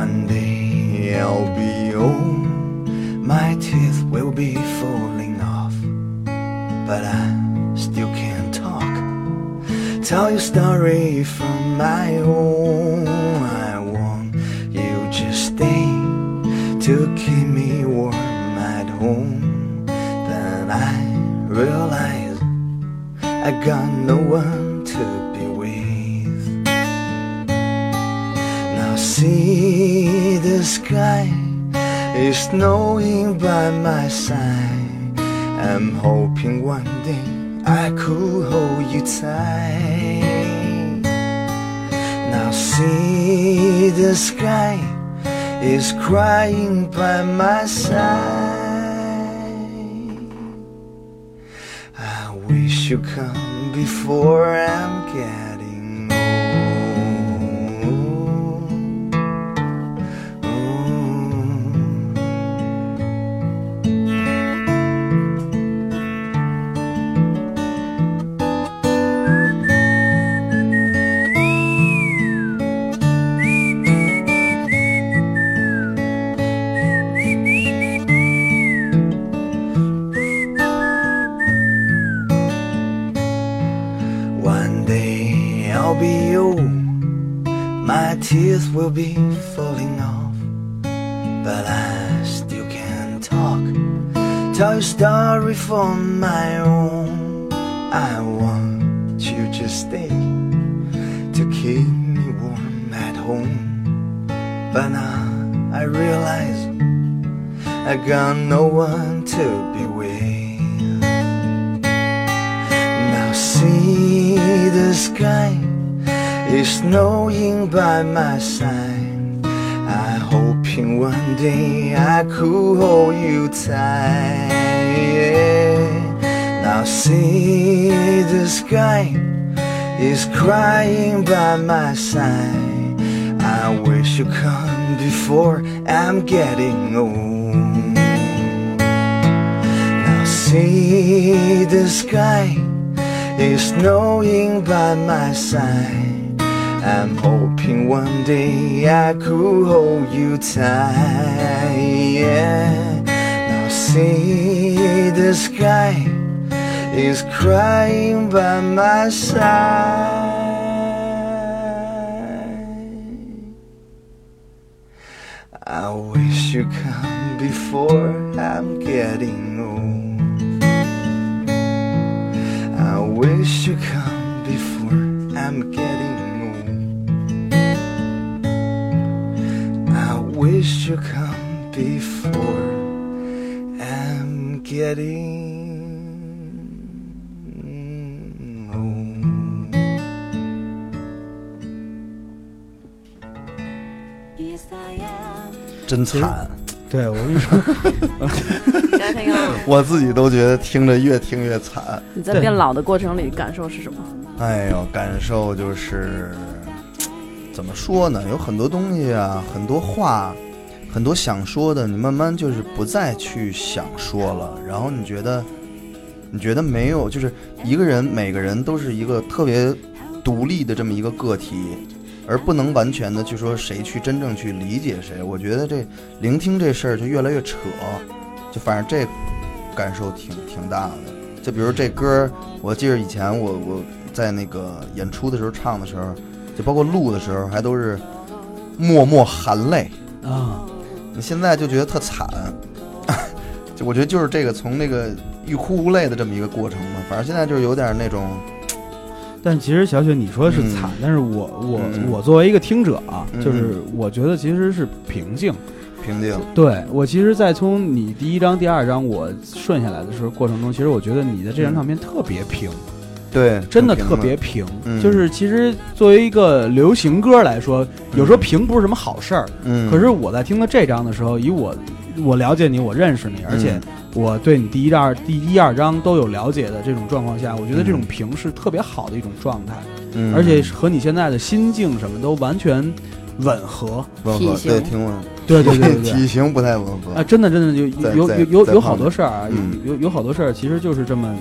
Speaker 4: One day I'll be old, my teeth will be falling off, but I still can talk. Tell you story from my own. I want you just stay to keep me warm at home. Then I realize I got no one to be with. Now see the sky is snowing by my side. I'm hoping one day I could hold you tight. Now see the sky is crying by my side. I wish you come before I'm getting old. One day I'll be old, my teeth will be falling off, but I still can talk. Tell you story from my own. I want you to stay to keep me warm at home, but now I realize I got no one to be with. Now see
Speaker 2: see the sky is snowing by my side. I hoping one day I could hold you tight. yeah. Now see the sky is crying by my side. I wish you come before I'm getting old. Now see the sky is snowing by my side. I'm hoping one day I could hold you tight. Yeah. Now see the sky is crying by my side. I wish you come before I'm getting old. I wish you come before I'm getting old. I wish you come before I'm getting old.
Speaker 4: 真惨，
Speaker 3: 对我跟你说，
Speaker 6: 家庭啊，
Speaker 4: 我自己都觉得听着越听越惨。
Speaker 6: 你在变老的过程里感受是什么？
Speaker 4: 哎呦，感受就是怎么说呢？有很多东西啊，很多话，很多想说的，你慢慢就是不再去想说了。然后你觉得，你觉得没有，就是一个人，每个人都是一个特别独立的这么一个个体，而不能完全的去说谁去真正去理解谁。我觉得这聆听这事儿就越来越扯，就反正这感受挺挺大的。就比如这歌儿，我记得以前我我在那个演出的时候唱的时候，就包括录的时候，还都是默默含泪。
Speaker 3: 啊，
Speaker 4: 你现在就觉得特惨， 就我觉得就是这个从那个欲哭无泪的这么一个过程嘛。反正现在就是有点那种，
Speaker 3: 但其实小雪你说的是
Speaker 7: 嗯
Speaker 3: 惨，但是我我、
Speaker 4: 嗯
Speaker 3: 我作为一个听者啊，
Speaker 4: 嗯
Speaker 3: 就是我觉得其实是平静。
Speaker 4: 平静，
Speaker 3: 对我其实，在从你第一章、第二章我顺下来的时候过程中，其实我觉得你的这
Speaker 7: 嗯
Speaker 3: 张唱片特别平，
Speaker 4: 对，
Speaker 3: 真的
Speaker 4: 挺
Speaker 3: 特
Speaker 4: 平
Speaker 3: 别平。
Speaker 4: 嗯
Speaker 3: 就是其实作为一个流行歌来说，有时候平不是什么好事儿，
Speaker 4: 嗯，
Speaker 3: 可是我在听到这张的时候，以我我了解你，我认识
Speaker 4: 嗯
Speaker 3: 你，而且我对你第一章、第一二章都有了解的这种状况下，我觉得这种平是特别好的一种状态，
Speaker 4: 嗯，
Speaker 3: 而且和你现在的心境什么都完全吻合。
Speaker 4: 吻
Speaker 6: 体
Speaker 4: 合，
Speaker 6: 型
Speaker 4: 对，挺吻，
Speaker 3: 对 对对对对。
Speaker 4: 体型不太吻合
Speaker 3: 啊，，真的，真的
Speaker 4: 在
Speaker 3: 有有
Speaker 4: 在
Speaker 3: 有有
Speaker 4: 在
Speaker 3: 有
Speaker 4: 旁
Speaker 3: 好多
Speaker 4: 边
Speaker 3: 事儿啊，
Speaker 4: 嗯
Speaker 3: 有有有好多事儿，其实就是这么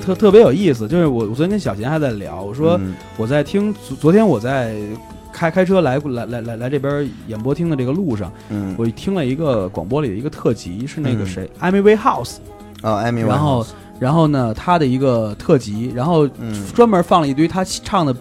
Speaker 3: 特特别有意思。就是我我昨天跟小贤还在聊，我说
Speaker 4: 嗯
Speaker 3: 我在听，昨昨天我在开开车来来来来来这边演播厅的这个路上，
Speaker 4: 嗯，
Speaker 3: 我听了一个广播里的一个特辑，是那个
Speaker 4: 嗯
Speaker 3: 谁、艾米 Amy Winehouse，
Speaker 4: 啊，艾米，
Speaker 3: 然后然后呢他的一个特辑，然后
Speaker 4: 嗯
Speaker 3: 专门放了一堆他唱的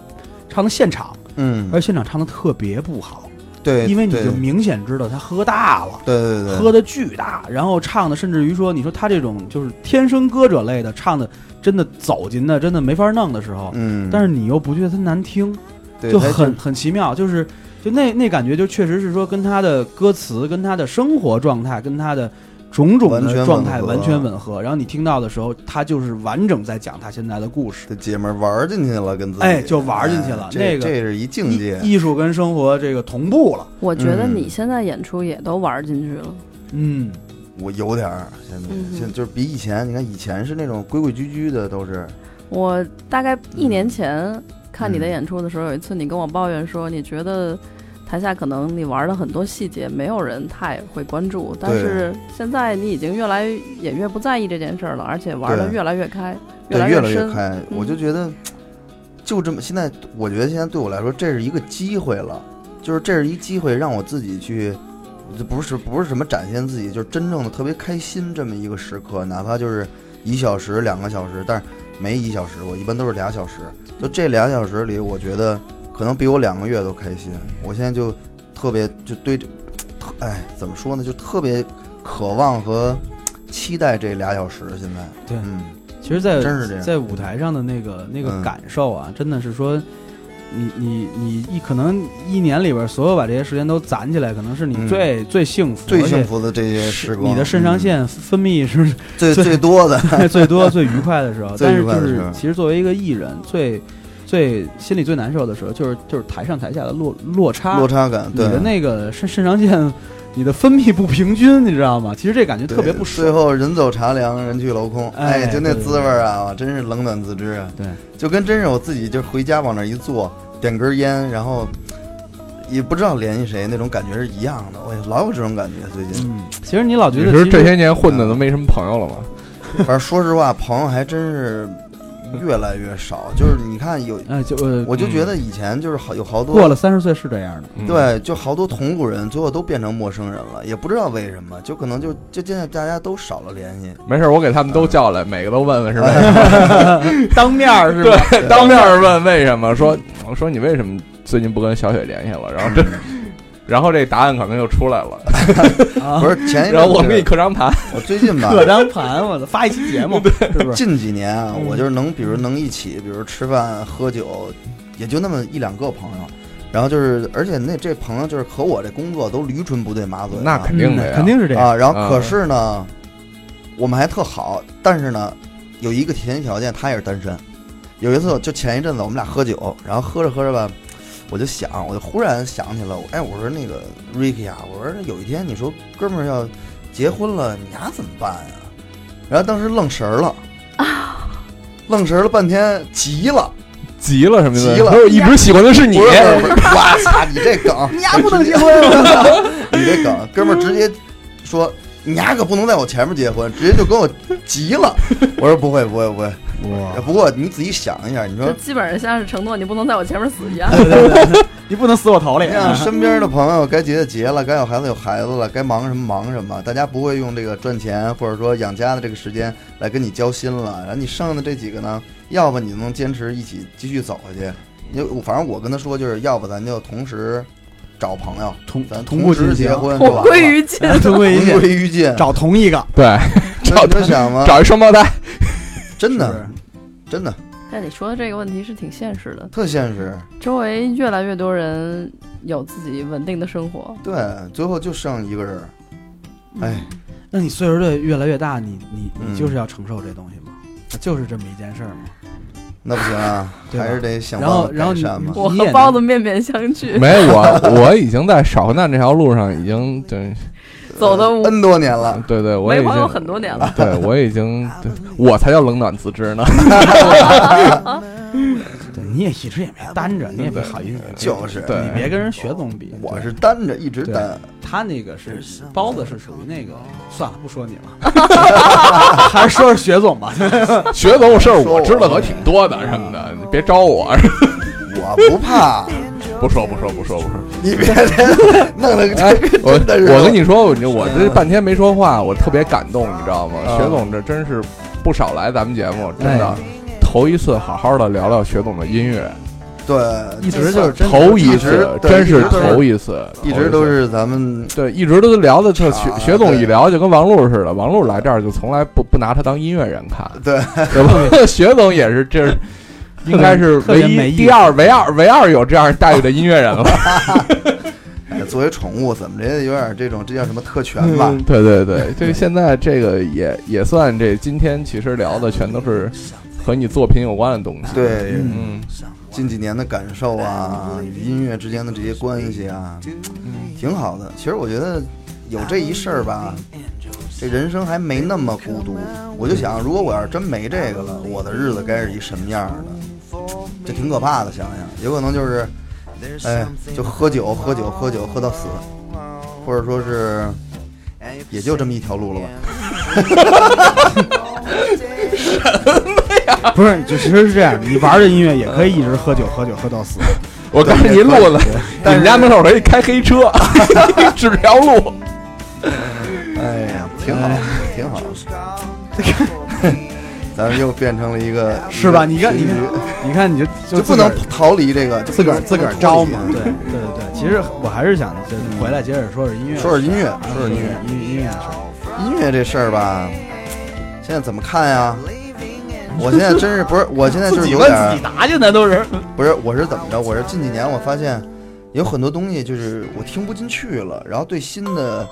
Speaker 3: 唱的现场，而
Speaker 4: 嗯，
Speaker 3: 现场唱的特别不好，
Speaker 4: 对，
Speaker 3: 因为你
Speaker 4: 对
Speaker 3: 就明显知道他喝大了。
Speaker 4: 对对对，
Speaker 3: 喝的巨大，然后唱的甚至于说，你说他这种就是天生歌者类的，唱的真的走进的，真的没法弄的时候，
Speaker 4: 嗯，
Speaker 3: 但是你又不觉得他难听，
Speaker 4: 对
Speaker 3: 就
Speaker 4: 他
Speaker 3: 很很奇妙，就是就那那感觉，就确实是说跟他的歌词、跟他的生活状态、跟他的种种
Speaker 4: 完全
Speaker 3: 的
Speaker 4: 吻
Speaker 3: 状态
Speaker 4: 合
Speaker 3: 完全吻合。然后你听到的时候，他就是完整在讲他现在的故事，
Speaker 4: 这姐们儿玩进去了，跟自己，
Speaker 3: 哎就玩进去了
Speaker 4: 哎这
Speaker 3: 那个
Speaker 4: 这是一境界，
Speaker 3: 艺艺术跟生活这个同步了。
Speaker 6: 我觉得
Speaker 4: 嗯
Speaker 6: 你现在演出也都玩进去了，
Speaker 3: 嗯，
Speaker 4: 我有点儿，现在
Speaker 6: 嗯哼
Speaker 4: 现在就是比以前，你看以前是那种规规矩矩的，都是，
Speaker 6: 我大概一年前看你的演出的时候，有一次你跟我抱怨说，你觉得台下可能你玩的很多细节没有人太会关注，但是现在你已经越来也越不在意这件事儿了，而且玩的
Speaker 4: 对
Speaker 6: 越来越开，
Speaker 4: 对，
Speaker 6: 来
Speaker 4: 越来越
Speaker 6: 深。
Speaker 4: 开，我就觉得，就这么现在，我觉得现在对我来说，这是一个机会了，就是这是一机会，让我自己去，这不是不是什么展现自己，就是真正的特别开心这么一个时刻，哪怕就是一小时、两个小时，但是没一小时，我一般都是俩小时，就这俩小时里，我觉得可能比我两个月都开心。我现在就特别就对这，特哎，怎么说呢，就特别渴望和期待这俩小时，现在，
Speaker 3: 对
Speaker 4: 嗯。
Speaker 3: 其实在，
Speaker 4: 真是这
Speaker 3: 在
Speaker 4: 样
Speaker 3: 舞台上的那个那个
Speaker 4: 嗯
Speaker 3: 感受啊，真的是说，你你你一可能一年里边所有把这些时间都攒起来，可能是你
Speaker 4: 嗯
Speaker 3: 最、最幸福、
Speaker 4: 最幸
Speaker 3: 福
Speaker 4: 福的这些时光，
Speaker 3: 你的肾上
Speaker 4: 嗯
Speaker 3: 腺分泌是
Speaker 4: 最
Speaker 3: 最
Speaker 4: 最多 的，
Speaker 3: 在最多、最愉快的时候。
Speaker 4: 最
Speaker 3: 但
Speaker 4: 愉
Speaker 3: 是
Speaker 4: 快
Speaker 3: 就
Speaker 4: 的
Speaker 3: 是
Speaker 4: 时候
Speaker 3: 其实作为一个艺人，最最心里最难受的时候，就是就是台上台下的落落差，
Speaker 4: 落差感，
Speaker 3: 你
Speaker 4: 对
Speaker 3: 的那个肾肾上腺，你的分泌不平均，你知道吗？其实这感觉
Speaker 4: 对
Speaker 3: 特别不
Speaker 4: 最
Speaker 3: 爽。
Speaker 4: 后人走茶凉，人去楼空，
Speaker 3: 哎
Speaker 4: 哎，就那
Speaker 3: 对
Speaker 4: 滋味儿啊，哇真是冷暖自知啊。
Speaker 3: 对，
Speaker 4: 就跟真是我自己就回家往那儿一坐，点根烟，然后也不知道联系谁，那种感觉是一样的。我也老有这种感觉，最近。
Speaker 3: 嗯，其实你老觉
Speaker 5: 你
Speaker 3: 得
Speaker 5: 是
Speaker 3: 其
Speaker 5: 这
Speaker 3: 实
Speaker 5: 些年混的都没什么朋友了吗？
Speaker 4: 反正说实话，朋友还真是越来越少。就是你看有，
Speaker 3: 哎，就呃，
Speaker 4: 我就觉得以前就是好有好多
Speaker 3: 过了三十岁是这样的。
Speaker 5: 嗯，
Speaker 4: 对，就好多同路人最后都变成陌生人了，也不知道为什么，就可能就就现在大家都少了联系。
Speaker 5: 没事儿，我给他们都叫来，每个都问问是为什么，
Speaker 3: 当面儿是吧？
Speaker 5: 对 嗯当面儿问为什么，说我说你为什么最近不跟小雪联系了，然 后这。然后这答案可能就出来了，
Speaker 3: 啊
Speaker 4: 哎不，是前一阵
Speaker 5: 然后我
Speaker 4: 子
Speaker 5: 们给你刻张盘，
Speaker 4: 我最近 吧，
Speaker 3: 刻张盘，我操，发一期节目，是不是？
Speaker 4: 近几年啊，
Speaker 3: 嗯
Speaker 4: 我就是能，比如能一起，比如吃饭喝酒，也就那么一两个朋友。然后就是，而且那这朋友就是和我这工作都驴唇不对马嘴的，
Speaker 5: 那肯定的
Speaker 3: 嗯
Speaker 5: 呀，
Speaker 3: 肯定是这样。
Speaker 4: 啊。然后
Speaker 5: 啊
Speaker 4: 可是呢，我们还特好，但是呢，有一个前提条件，他也是单身。有一次就前一阵子我们俩喝酒，然后喝着喝着吧，我就想，我就忽然想起了，哎，我说那个 Ricky 啊，我说有一天你说哥们儿要结婚了，你俩怎么办呀、然后当时愣神儿了，愣神儿了半天，急了，
Speaker 5: 急了什么的，
Speaker 4: 急了
Speaker 5: 他说一直喜欢的是你
Speaker 4: 不，是不是不是我 操，啊你这梗，
Speaker 1: 你丫不能结婚啊！
Speaker 4: 你这梗，哥们儿直接说你丫可不能在我前面结婚，直接就跟我急了。我说不会不会 不会，不过你仔细想一下，你
Speaker 6: 这
Speaker 4: 说
Speaker 6: 基本上像是承诺你不能在我前面死 一样。
Speaker 3: 对对对，对你不能死我头里
Speaker 4: 你。想身边的朋友该结的结了，该有孩子有孩子了，该忙什么忙什么，大家不会用这个赚钱或者说养家的这个时间来跟你交心了。然后你剩下的这几个呢，要不你能坚持一起继续走下去，因为我反正我跟他说就是要不咱就同时找朋友，
Speaker 3: 同
Speaker 4: 咱
Speaker 3: 同
Speaker 4: 同
Speaker 3: 步
Speaker 4: 时
Speaker 3: 进
Speaker 4: 结
Speaker 3: 行，
Speaker 4: 婚，
Speaker 6: 我归于尽，
Speaker 3: 同归于
Speaker 4: 同
Speaker 3: 尽，
Speaker 4: 归于尽。
Speaker 3: 找同一个，
Speaker 5: 对，
Speaker 4: 那你就想吗？
Speaker 5: 找一双胞胎，
Speaker 4: 真
Speaker 3: 是不
Speaker 4: 的
Speaker 3: 是
Speaker 4: 真的
Speaker 6: 但你说的这个问题是挺现实的，
Speaker 4: 特现实。
Speaker 6: 周围越来越多人有自己稳定的生活。
Speaker 4: 对，最后就剩一个人儿。哎，
Speaker 3: 那你岁数越越来越大，你你
Speaker 4: 嗯
Speaker 3: 你就是要承受这东西吗？就是这么一件事儿嘛。
Speaker 4: 那不行啊，
Speaker 3: 对吧
Speaker 4: 还是得想
Speaker 3: 然
Speaker 4: 办
Speaker 3: 后
Speaker 4: 法
Speaker 3: 然后
Speaker 4: 改善嘛。
Speaker 6: 我
Speaker 3: 你也
Speaker 6: 和
Speaker 3: 能
Speaker 6: 包子面面相 觑，
Speaker 5: 没我我已经在少混蛋这条路上已经对
Speaker 4: 呃
Speaker 6: 走的
Speaker 4: ，N 多年了，
Speaker 5: 对对，我
Speaker 6: 没
Speaker 5: 已
Speaker 6: 朋友
Speaker 5: 经
Speaker 6: 很多年 了。
Speaker 5: 对我已 经对我才叫冷暖自知呢，
Speaker 3: 对，你也一直也没单着，你也别好意思，
Speaker 4: 就是
Speaker 5: 对
Speaker 3: 你别跟人学总比。
Speaker 4: 我是单着，一直
Speaker 3: 对
Speaker 4: 单。
Speaker 3: 他那个是啊包子是属于那个，算了，不说你了， 还是说说学总吧。
Speaker 5: 学总事儿我知道可挺多的什么 的，你别招我，
Speaker 4: 我不怕，
Speaker 5: 不说不说不说不说。
Speaker 4: 你别弄了个
Speaker 5: 哎，我
Speaker 4: 真的是
Speaker 5: 我跟你说，我我这半天没说话，我特别感动，你知道吗？学总这真是不少来咱们节目，真的
Speaker 3: 哎
Speaker 5: 头一次好好的聊聊学总的音乐，
Speaker 4: 对，
Speaker 3: 一直就是真的
Speaker 5: 头一
Speaker 4: 一直
Speaker 5: 次
Speaker 4: 对一
Speaker 5: 真是
Speaker 4: 直都是
Speaker 5: 头一次，
Speaker 4: 一直
Speaker 5: 头
Speaker 4: 都
Speaker 5: 次。
Speaker 4: 是咱们
Speaker 5: 对，一直都聊的特学
Speaker 4: 啊
Speaker 5: 学总
Speaker 4: 对
Speaker 5: 一聊就跟王璐似的，王璐来这儿就从来不不拿他当音乐人 看，
Speaker 4: 对
Speaker 5: 对吧？ 学总也是，这 是应该是
Speaker 3: 特
Speaker 5: 唯
Speaker 3: 别没
Speaker 5: 一
Speaker 3: 意思
Speaker 5: 第二唯二唯二有这样待遇的音乐人了。
Speaker 4: 哎作为宠物，怎么着也有点这种，这叫什么特权吧？
Speaker 5: 对对 对，这现在这个也也算这今天其实聊的全都是和你作品有关的东西。，
Speaker 4: 对，
Speaker 5: 嗯，
Speaker 4: 近几年的感受啊，与音乐之间的这些关系啊，挺好的。其实我觉得有这一事儿吧，这人生还没那么孤独。我就想，如果我要是真没这个了，我的日子该是一什么样儿的？这挺可怕的，想想，有可能就是，哎，就喝酒，喝酒，喝酒，喝到死，或者说是，也就这么一条路了吧。
Speaker 3: 不是，就其实是这样，你玩这音乐也可以一直喝酒，喝酒喝到死。
Speaker 5: 我告诉你录的，你
Speaker 4: 但是
Speaker 5: 们家门口可以开黑车， 指条路。
Speaker 4: 哎呀，挺好，挺 好。咱们又变成了一个，
Speaker 3: 是吧？你看，
Speaker 4: 一
Speaker 3: 你
Speaker 4: 个
Speaker 3: 看，你看，你就
Speaker 4: 就
Speaker 3: 就
Speaker 4: 不
Speaker 3: 自
Speaker 4: 能
Speaker 3: 个儿
Speaker 4: 逃离这个，就
Speaker 3: 自个儿
Speaker 4: 不能
Speaker 3: 自个儿招嘛。
Speaker 4: 脱
Speaker 3: 对
Speaker 4: 离
Speaker 3: 对对对，其实我还是想就是回来接着说说音乐，
Speaker 4: 说说音乐，说说
Speaker 3: 音
Speaker 4: 音
Speaker 3: 乐
Speaker 4: 乐，
Speaker 3: 音乐的事儿。
Speaker 4: 音乐这事儿吧，现在怎么看呀？我现在真是不是，我现在就
Speaker 3: 自
Speaker 4: 是
Speaker 3: 己
Speaker 4: 有
Speaker 3: 问
Speaker 4: 点
Speaker 3: 自己
Speaker 4: 儿嗯
Speaker 3: 答去呢，都是。
Speaker 4: 不是，我是怎么着？我是近几年我发现有很多东西就是我听不进去了，然后对新的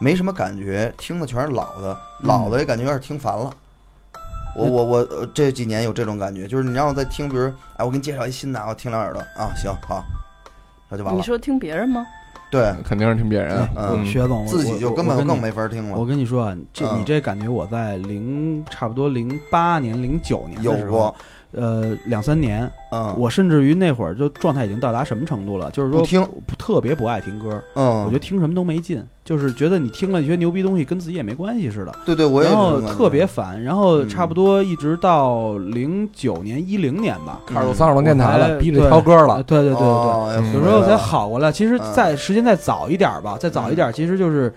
Speaker 4: 没什么感觉，听的全是老的，
Speaker 3: 嗯
Speaker 4: 老的也感觉有点听烦了。我我我呃这几年有这种感觉，就是你让我再听，比如哎，我给你介绍一新的，我听两耳朵啊，行好，那就完
Speaker 6: 你
Speaker 4: 了。
Speaker 6: 说听别人吗？
Speaker 4: 对
Speaker 5: 肯定是听别人啊。
Speaker 4: 嗯
Speaker 5: 嗯，
Speaker 3: 哎薛总，我
Speaker 4: 自己就根
Speaker 3: 我
Speaker 4: 本
Speaker 3: 跟你
Speaker 4: 更没法听
Speaker 3: 我
Speaker 4: 了，
Speaker 3: 跟你说啊，这
Speaker 4: 嗯
Speaker 3: 你这感觉我在零差不多零八年、零九年
Speaker 4: 有
Speaker 3: 的时候
Speaker 4: 过，
Speaker 3: 呃，两三年，
Speaker 4: 嗯，
Speaker 3: 我甚至于那会儿就状态已经到达什么程度了，就是说
Speaker 4: 不听，
Speaker 3: 不特别不爱听歌，我觉
Speaker 4: 嗯
Speaker 3: 得，听什么都没劲，就是觉得你听了一些牛逼东西跟自己也没关系似的，
Speaker 4: 对对，我也
Speaker 3: 然
Speaker 4: 有这
Speaker 3: 后
Speaker 4: 种感觉
Speaker 3: 特别烦，然后
Speaker 4: 嗯
Speaker 3: 差不多一直到零九年、一零年吧，
Speaker 5: 开始三十龙电台
Speaker 3: 我
Speaker 5: 了，
Speaker 3: 才
Speaker 5: 逼着挑歌了
Speaker 3: 呃。对对对对对。
Speaker 4: 哦
Speaker 5: 嗯
Speaker 3: 有时候才好过来。其实
Speaker 4: 嗯
Speaker 3: 再时间再早一点儿吧，再早一点儿，其实就是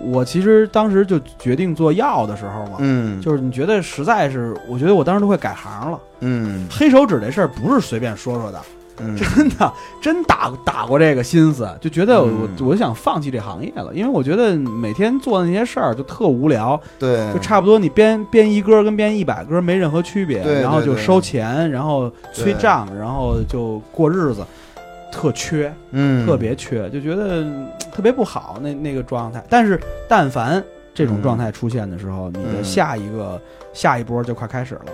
Speaker 3: 我其实当时就决定做药的时候嘛，
Speaker 4: 嗯，
Speaker 3: 就是你觉得实在是，我觉得我当时都快改行了。
Speaker 4: 嗯
Speaker 3: 黑手指这事儿不是随便说说的，
Speaker 4: 嗯，
Speaker 3: 真的真打打过这个心思，就觉得我
Speaker 4: 嗯
Speaker 3: 我想放弃这行业了，因为我觉得每天做的那些事儿就特无聊，
Speaker 4: 对，
Speaker 3: 就差不多你编编一歌跟编一百歌没任何区别，
Speaker 4: 对
Speaker 3: 然后
Speaker 4: 对
Speaker 3: 就
Speaker 4: 对
Speaker 3: 收钱，然后
Speaker 4: 对
Speaker 3: 催账，然后就过日子，特缺。
Speaker 4: 嗯
Speaker 3: 特别缺，就觉得嗯特别不好那那个状态。但是但凡这种状态出现的时候，你的
Speaker 4: 嗯
Speaker 3: 下一个下一波就快开始了，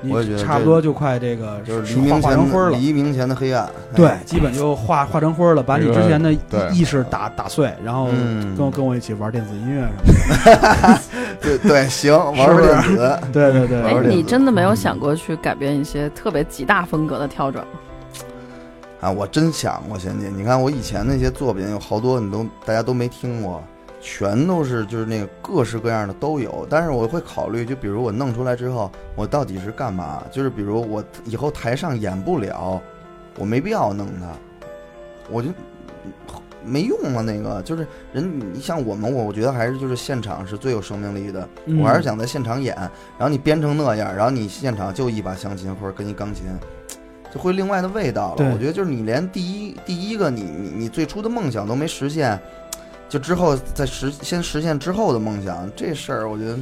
Speaker 3: 你
Speaker 4: 我也觉得
Speaker 3: 差不
Speaker 4: 这
Speaker 3: 多就快这个
Speaker 4: 就是黎
Speaker 3: 化
Speaker 4: 明
Speaker 3: 化
Speaker 4: 前
Speaker 3: 成灰儿
Speaker 4: 的
Speaker 3: 了。
Speaker 4: 黎明前的黑暗。哎
Speaker 3: 对，，基本就化化成灰儿了，把你之前的
Speaker 5: 对
Speaker 3: 意识打打碎，然后
Speaker 4: 嗯
Speaker 3: 跟我跟我一起玩电子音乐什么的。
Speaker 4: 对对，行，玩
Speaker 3: 是
Speaker 4: 玩
Speaker 3: 不
Speaker 4: 电子，
Speaker 3: 对对对
Speaker 4: 玩
Speaker 6: 哎
Speaker 4: 儿，点
Speaker 6: 你
Speaker 4: 子
Speaker 6: 真的没有想过去改变一些特别极大风格的跳转吗？
Speaker 4: 啊，我真想过贤姐，你看我以前那些作品有好多你都大家都没听过，全都是就是那个各式各样的都有，但是我会考虑，就比如我弄出来之后，我到底是干嘛？就是比如我以后台上演不了，我没必要弄它，我就没用了。那个就是人，你像我们，我我觉得还是就是现场是最有生命力的，
Speaker 3: 嗯
Speaker 4: 我还是想在现场演，然后你编成那样，然后你现场就一把钢琴或者跟一钢琴，就会另外的味道
Speaker 3: 对
Speaker 4: 了。我觉得就是你连第一第一个你你你最初的梦想都没实现，就之后再实先实现之后的梦想这事儿，我觉得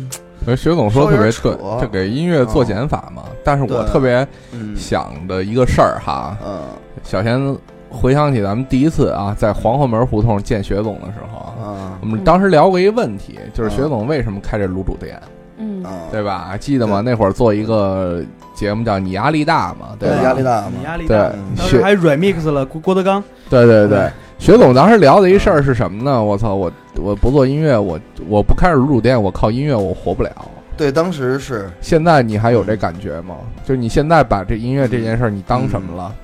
Speaker 5: 呃薛总说特别
Speaker 4: 稍微有点
Speaker 5: 对，
Speaker 4: 扯嗯
Speaker 5: 就给音乐做减法嘛。但是我
Speaker 4: 对
Speaker 5: 特别
Speaker 4: 嗯
Speaker 5: 想的一个事儿哈，
Speaker 4: 嗯
Speaker 5: 小贤回想起咱们第一次啊，在皇后门胡同见薛总的时候啊，
Speaker 4: 嗯
Speaker 5: 我们当时聊过一个问题，就
Speaker 4: 嗯
Speaker 5: 是薛总为什么开这卤煮店，
Speaker 6: 嗯，
Speaker 4: 嗯，
Speaker 5: 对吧？记得吗？那会儿做一个节目叫《你压力大》嘛，
Speaker 4: 对
Speaker 5: 吧？
Speaker 4: 压力大
Speaker 3: 你
Speaker 4: 嘛，
Speaker 3: 压力
Speaker 5: 对
Speaker 3: 大。
Speaker 4: 嗯
Speaker 3: 当时
Speaker 5: 薛
Speaker 3: 还 remix 了郭郭德纲，
Speaker 5: 对对对，薛总当时聊的一事儿是什么呢？我操，我我不做音乐，我我不开始卤煮店，我靠音乐我活不了。
Speaker 4: 对，当时是
Speaker 5: 现在你还有这感觉吗？就你现在把这音乐这件事儿你当什么了？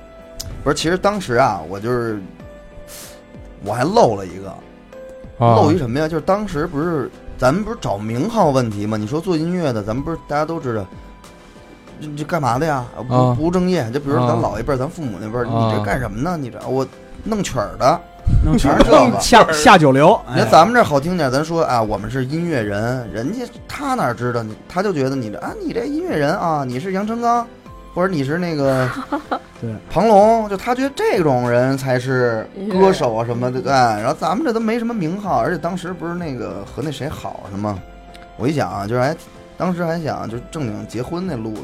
Speaker 4: 不是？其实当时啊，我就是我还漏了一个，
Speaker 5: 啊
Speaker 4: 漏一什么呀？就是当时不是咱们不是找名号问题吗？你说做音乐的，咱们不是大家都知道，这这干嘛的呀？啊不、
Speaker 5: 啊
Speaker 4: 不务正业。就比如
Speaker 5: 啊
Speaker 4: 咱老一辈儿，咱父母那辈儿，
Speaker 5: 啊
Speaker 4: 你这干什么呢？你这我弄曲儿的。
Speaker 3: 弄
Speaker 4: 全是这个
Speaker 3: 下下九流。
Speaker 4: 你看
Speaker 3: 哎
Speaker 4: 咱们这好听点，咱说啊，我们是音乐人，人家他哪知道你？他就觉得你这啊，你这音乐人啊，你是杨成刚，或者你是那个
Speaker 3: 对
Speaker 4: 庞龙，就他觉得这种人才是
Speaker 6: 音乐人
Speaker 4: 歌手啊什么的。对，然后咱们这都没什么名号，而且当时不是那个和那谁好什么，我一想啊，就是还当时还想啊就是正经结婚那路子，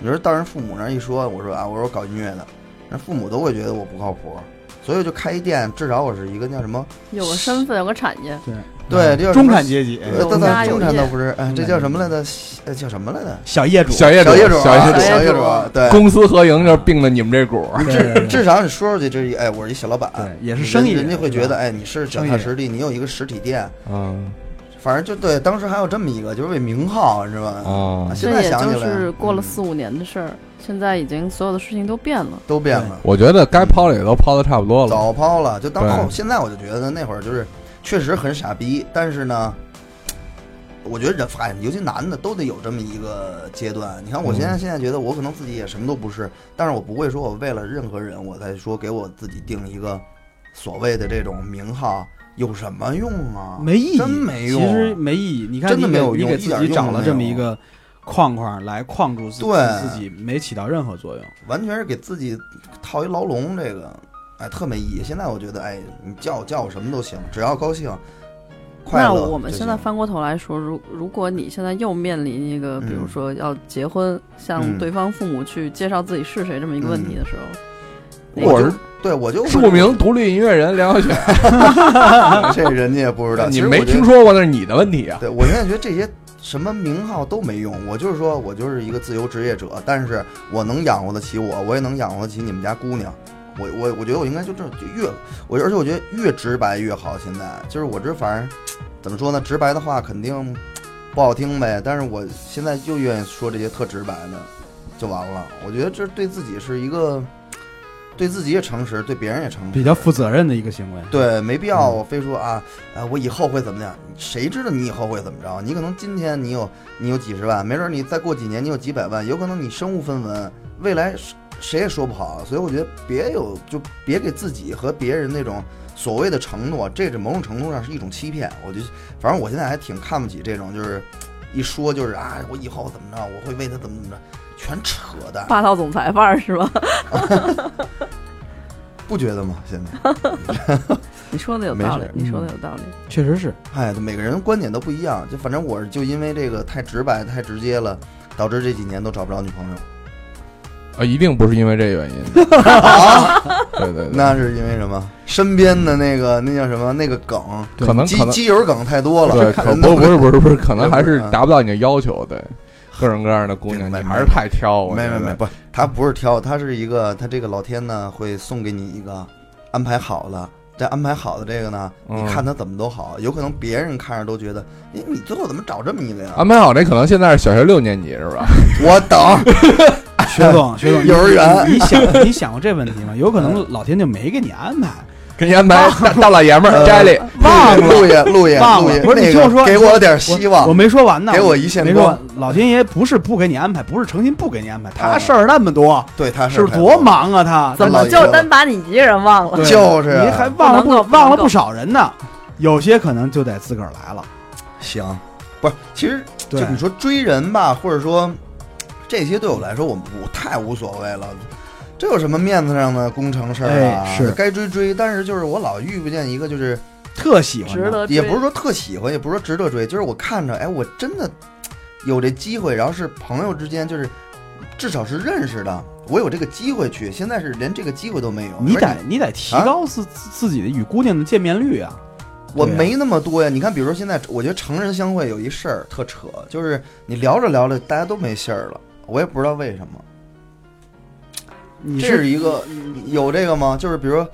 Speaker 4: 你说到人父母那儿一说，我说啊，我说我搞音乐的，那父母都会觉得我不靠谱。所以就开一店，至少我是一个叫什么？
Speaker 6: 有个身份，有个产业，
Speaker 4: 对，这叫什么
Speaker 3: 嗯中产阶级，哎
Speaker 4: 呃，
Speaker 6: 有
Speaker 4: 但
Speaker 6: 家
Speaker 4: 但
Speaker 6: 有
Speaker 4: 中产倒
Speaker 6: 业
Speaker 4: 不是，哎，这
Speaker 3: 中产
Speaker 4: 叫
Speaker 3: 阶
Speaker 4: 什么
Speaker 3: 级
Speaker 4: 来着？呃，叫什么来着？
Speaker 3: 小业主。
Speaker 5: 小业主，
Speaker 4: 业主啊，小业
Speaker 5: 业主，
Speaker 4: 主
Speaker 6: 小业
Speaker 4: 啊，对，
Speaker 5: 公司合营就是并着你们这股儿。
Speaker 3: 对对对
Speaker 4: 至至少你说出去，这是一哎，我是一小老板，
Speaker 3: 对也是生意
Speaker 4: 人
Speaker 3: 人
Speaker 4: 人家会觉
Speaker 3: 是吧
Speaker 4: 得哎，你是脚
Speaker 3: 生意
Speaker 4: 踏
Speaker 3: 人
Speaker 4: 实地，你有一个实体店，
Speaker 5: 嗯
Speaker 4: 反正就对，当时还有这么一个，就是为名号，你知道吧？
Speaker 5: 哦
Speaker 4: 啊，现
Speaker 6: 这
Speaker 4: 在
Speaker 6: 也
Speaker 4: 想
Speaker 6: 就
Speaker 4: 起来
Speaker 6: 是过了
Speaker 4: 嗯
Speaker 6: 四五年的事儿。现在已经所有的事情都变了，
Speaker 4: 都变了，
Speaker 5: 我觉得该抛的也都抛的差不多了。
Speaker 4: 早抛了，就当
Speaker 5: 对
Speaker 4: 后。现在我就觉得那会儿就是确实很傻逼，但是呢。我觉得人，哎，尤其男的都得有这么一个阶段。你看，我
Speaker 5: 嗯
Speaker 4: 现在现在觉得我可能自己也什么都不是，但是我不会说我为了任何人，我才说给我自己定一个所谓的这种名号，有什么用啊？
Speaker 3: 没意义，
Speaker 4: 真没用。啊
Speaker 3: 其实没意义。你看，
Speaker 4: 真的
Speaker 3: 你给
Speaker 4: 没有用
Speaker 3: 你给
Speaker 4: 一
Speaker 3: 自
Speaker 4: 点
Speaker 3: 己
Speaker 4: 用
Speaker 3: 找
Speaker 4: 都
Speaker 3: 了
Speaker 4: 没
Speaker 3: 这么
Speaker 4: 有啊
Speaker 3: 一个框框来框住自己，
Speaker 4: 对嗯
Speaker 3: 自己没起到任何作用。
Speaker 4: 完全是给自己套一牢笼，这个哎特没意义。现在我觉得，哎，你叫我叫我什么都行，只要高兴。快
Speaker 6: 那
Speaker 4: 乐。
Speaker 6: 我们
Speaker 4: 这
Speaker 6: 现
Speaker 4: 些
Speaker 6: 在翻过头来说，如如果你现在又面临一个，
Speaker 4: 嗯
Speaker 6: 比如说要结婚，向
Speaker 4: 嗯
Speaker 6: 对方父母去介绍自己是谁这么一个问题的时候，那
Speaker 4: 我
Speaker 6: 个
Speaker 4: 是对我就
Speaker 5: 著名独立音乐人梁晓雪，
Speaker 4: 啊这人家也不知道，
Speaker 5: 你
Speaker 4: 其实
Speaker 5: 没
Speaker 4: 我觉得
Speaker 5: 听说过那是你的问题啊。
Speaker 4: 对我现在觉得这些什么名号都没用，我就是说我就是一个自由职业者，但是我能养活得起我，我也能养活得起你们家姑娘。我我我觉得我应该就这就越我而且我觉得越直白越好。现在就是我这反正怎么说呢，直白的话肯定不好听呗，但是我现在就愿意说这些特直白的，就完了。我觉得这对自己是一个对自己也诚实，对别人也诚实，
Speaker 3: 比较负责任的一个行为。
Speaker 4: 对，没必要我非说啊，啊，我以后会怎么样？谁知道你以后会怎么着？你可能今天你有你有几十万，没准你再过几年你有几百万，有可能你身无分文，未来谁谁也说不好。所以我觉得别有就别给自己和别人那种所谓的承诺，这是某种程度上是一种欺骗。我就反正我现在还挺看不起这种，就是一说就是啊，我以后怎么着，我会为他怎么怎么着，全扯淡，
Speaker 6: 霸道总裁范儿是吧？
Speaker 4: 不觉得吗？现在。
Speaker 6: 你说的有
Speaker 4: 没
Speaker 6: 道
Speaker 4: 事嗯
Speaker 6: 理，你说的有道理。
Speaker 3: 确 实是，
Speaker 4: 哎，每个人观点都不一样，就反正我是就因为这个太直白、太直接了，导致这几年都找不着女朋友。
Speaker 5: 啊，一定不是因为这个原因。 对对对，
Speaker 4: 啊那是因为什么？身边的那个那叫什么？那个梗，
Speaker 3: 对
Speaker 5: 可能
Speaker 4: 基
Speaker 5: 可能
Speaker 4: 基友梗太多了。
Speaker 5: 对，可不不是不是不是，可能还是
Speaker 4: 嗯
Speaker 5: 达不到你的要求。对，各种各样的姑娘，
Speaker 4: 明
Speaker 5: 你
Speaker 4: 白
Speaker 5: 还是太挑。我
Speaker 4: 没没
Speaker 5: 觉得
Speaker 4: 没，不，他不是挑，他是一个，他这个老天呢会送给你一个安排好的，这安排好的这个呢，你
Speaker 5: 嗯
Speaker 4: 看他怎么都好，有可能别人看着都觉得，哎你你最后怎么找这么一个
Speaker 3: 啊
Speaker 4: 呀？
Speaker 5: 安排啊好那可能现在是小学六年级是吧？
Speaker 4: 我等，
Speaker 3: 薛总，薛总，
Speaker 4: 幼儿园
Speaker 3: 你，你想，你想过这问题吗？有可
Speaker 4: 嗯
Speaker 3: 能老天就没给你安 排，
Speaker 5: 给你安排大大老爷们儿
Speaker 4: 呃
Speaker 5: 摘里，
Speaker 3: 忘了
Speaker 4: 陆爷，陆爷，
Speaker 3: 忘
Speaker 4: 陆
Speaker 3: 了
Speaker 4: 爷，，
Speaker 3: 不是
Speaker 4: 那
Speaker 3: 你听
Speaker 4: 个
Speaker 3: 我说，
Speaker 4: 给我点希望
Speaker 3: 我我。没说完呢，
Speaker 4: 给我一线
Speaker 3: 没说
Speaker 4: 光
Speaker 3: 完。老天爷不是不给你安排，不是诚心不给你安排，他事儿那么多，
Speaker 4: 对，嗯他
Speaker 3: 是
Speaker 4: 是
Speaker 3: 不是多，忙啊？他
Speaker 4: 怎
Speaker 6: 怎
Speaker 4: 么老
Speaker 6: 么
Speaker 4: 爷
Speaker 6: 就
Speaker 4: 就单
Speaker 6: 单把你一个人忘了？
Speaker 3: 对
Speaker 4: 就是啊
Speaker 3: 你还忘了
Speaker 6: 不能
Speaker 3: 不
Speaker 6: 够
Speaker 3: 忘了
Speaker 6: 不能
Speaker 3: 不
Speaker 6: 够
Speaker 3: 少人呢，有些可能就得自个儿来了。
Speaker 4: 行，不是，其实就
Speaker 3: 对
Speaker 4: 你说追人吧，或者说这些对我来说，我我太无所谓了。这有什么面子上的工程事儿啊？
Speaker 3: 哎是
Speaker 4: 该追追，但是就是我老遇不见一个，就是
Speaker 3: 特喜欢
Speaker 6: 值
Speaker 3: 的，
Speaker 6: 得追
Speaker 4: 也不是说特喜欢，也不是说值得追，就是我看着，哎，我真的有这机会，然后是朋友之间，就是至少是认识的，我有这个机会去。现在是连这个机会都没有，
Speaker 3: 你
Speaker 4: 而
Speaker 3: 得
Speaker 4: 且
Speaker 3: 你得提高自自自己的与姑娘的见面率啊。
Speaker 4: 我
Speaker 3: 对啊
Speaker 4: 没那么多呀。你看，比如说现在，我觉得成人相会有一事儿特扯，就是你聊着聊着，大家都没信儿了，我也不知道为什么。
Speaker 3: 你
Speaker 4: 这是一个有这个吗？就是比如说，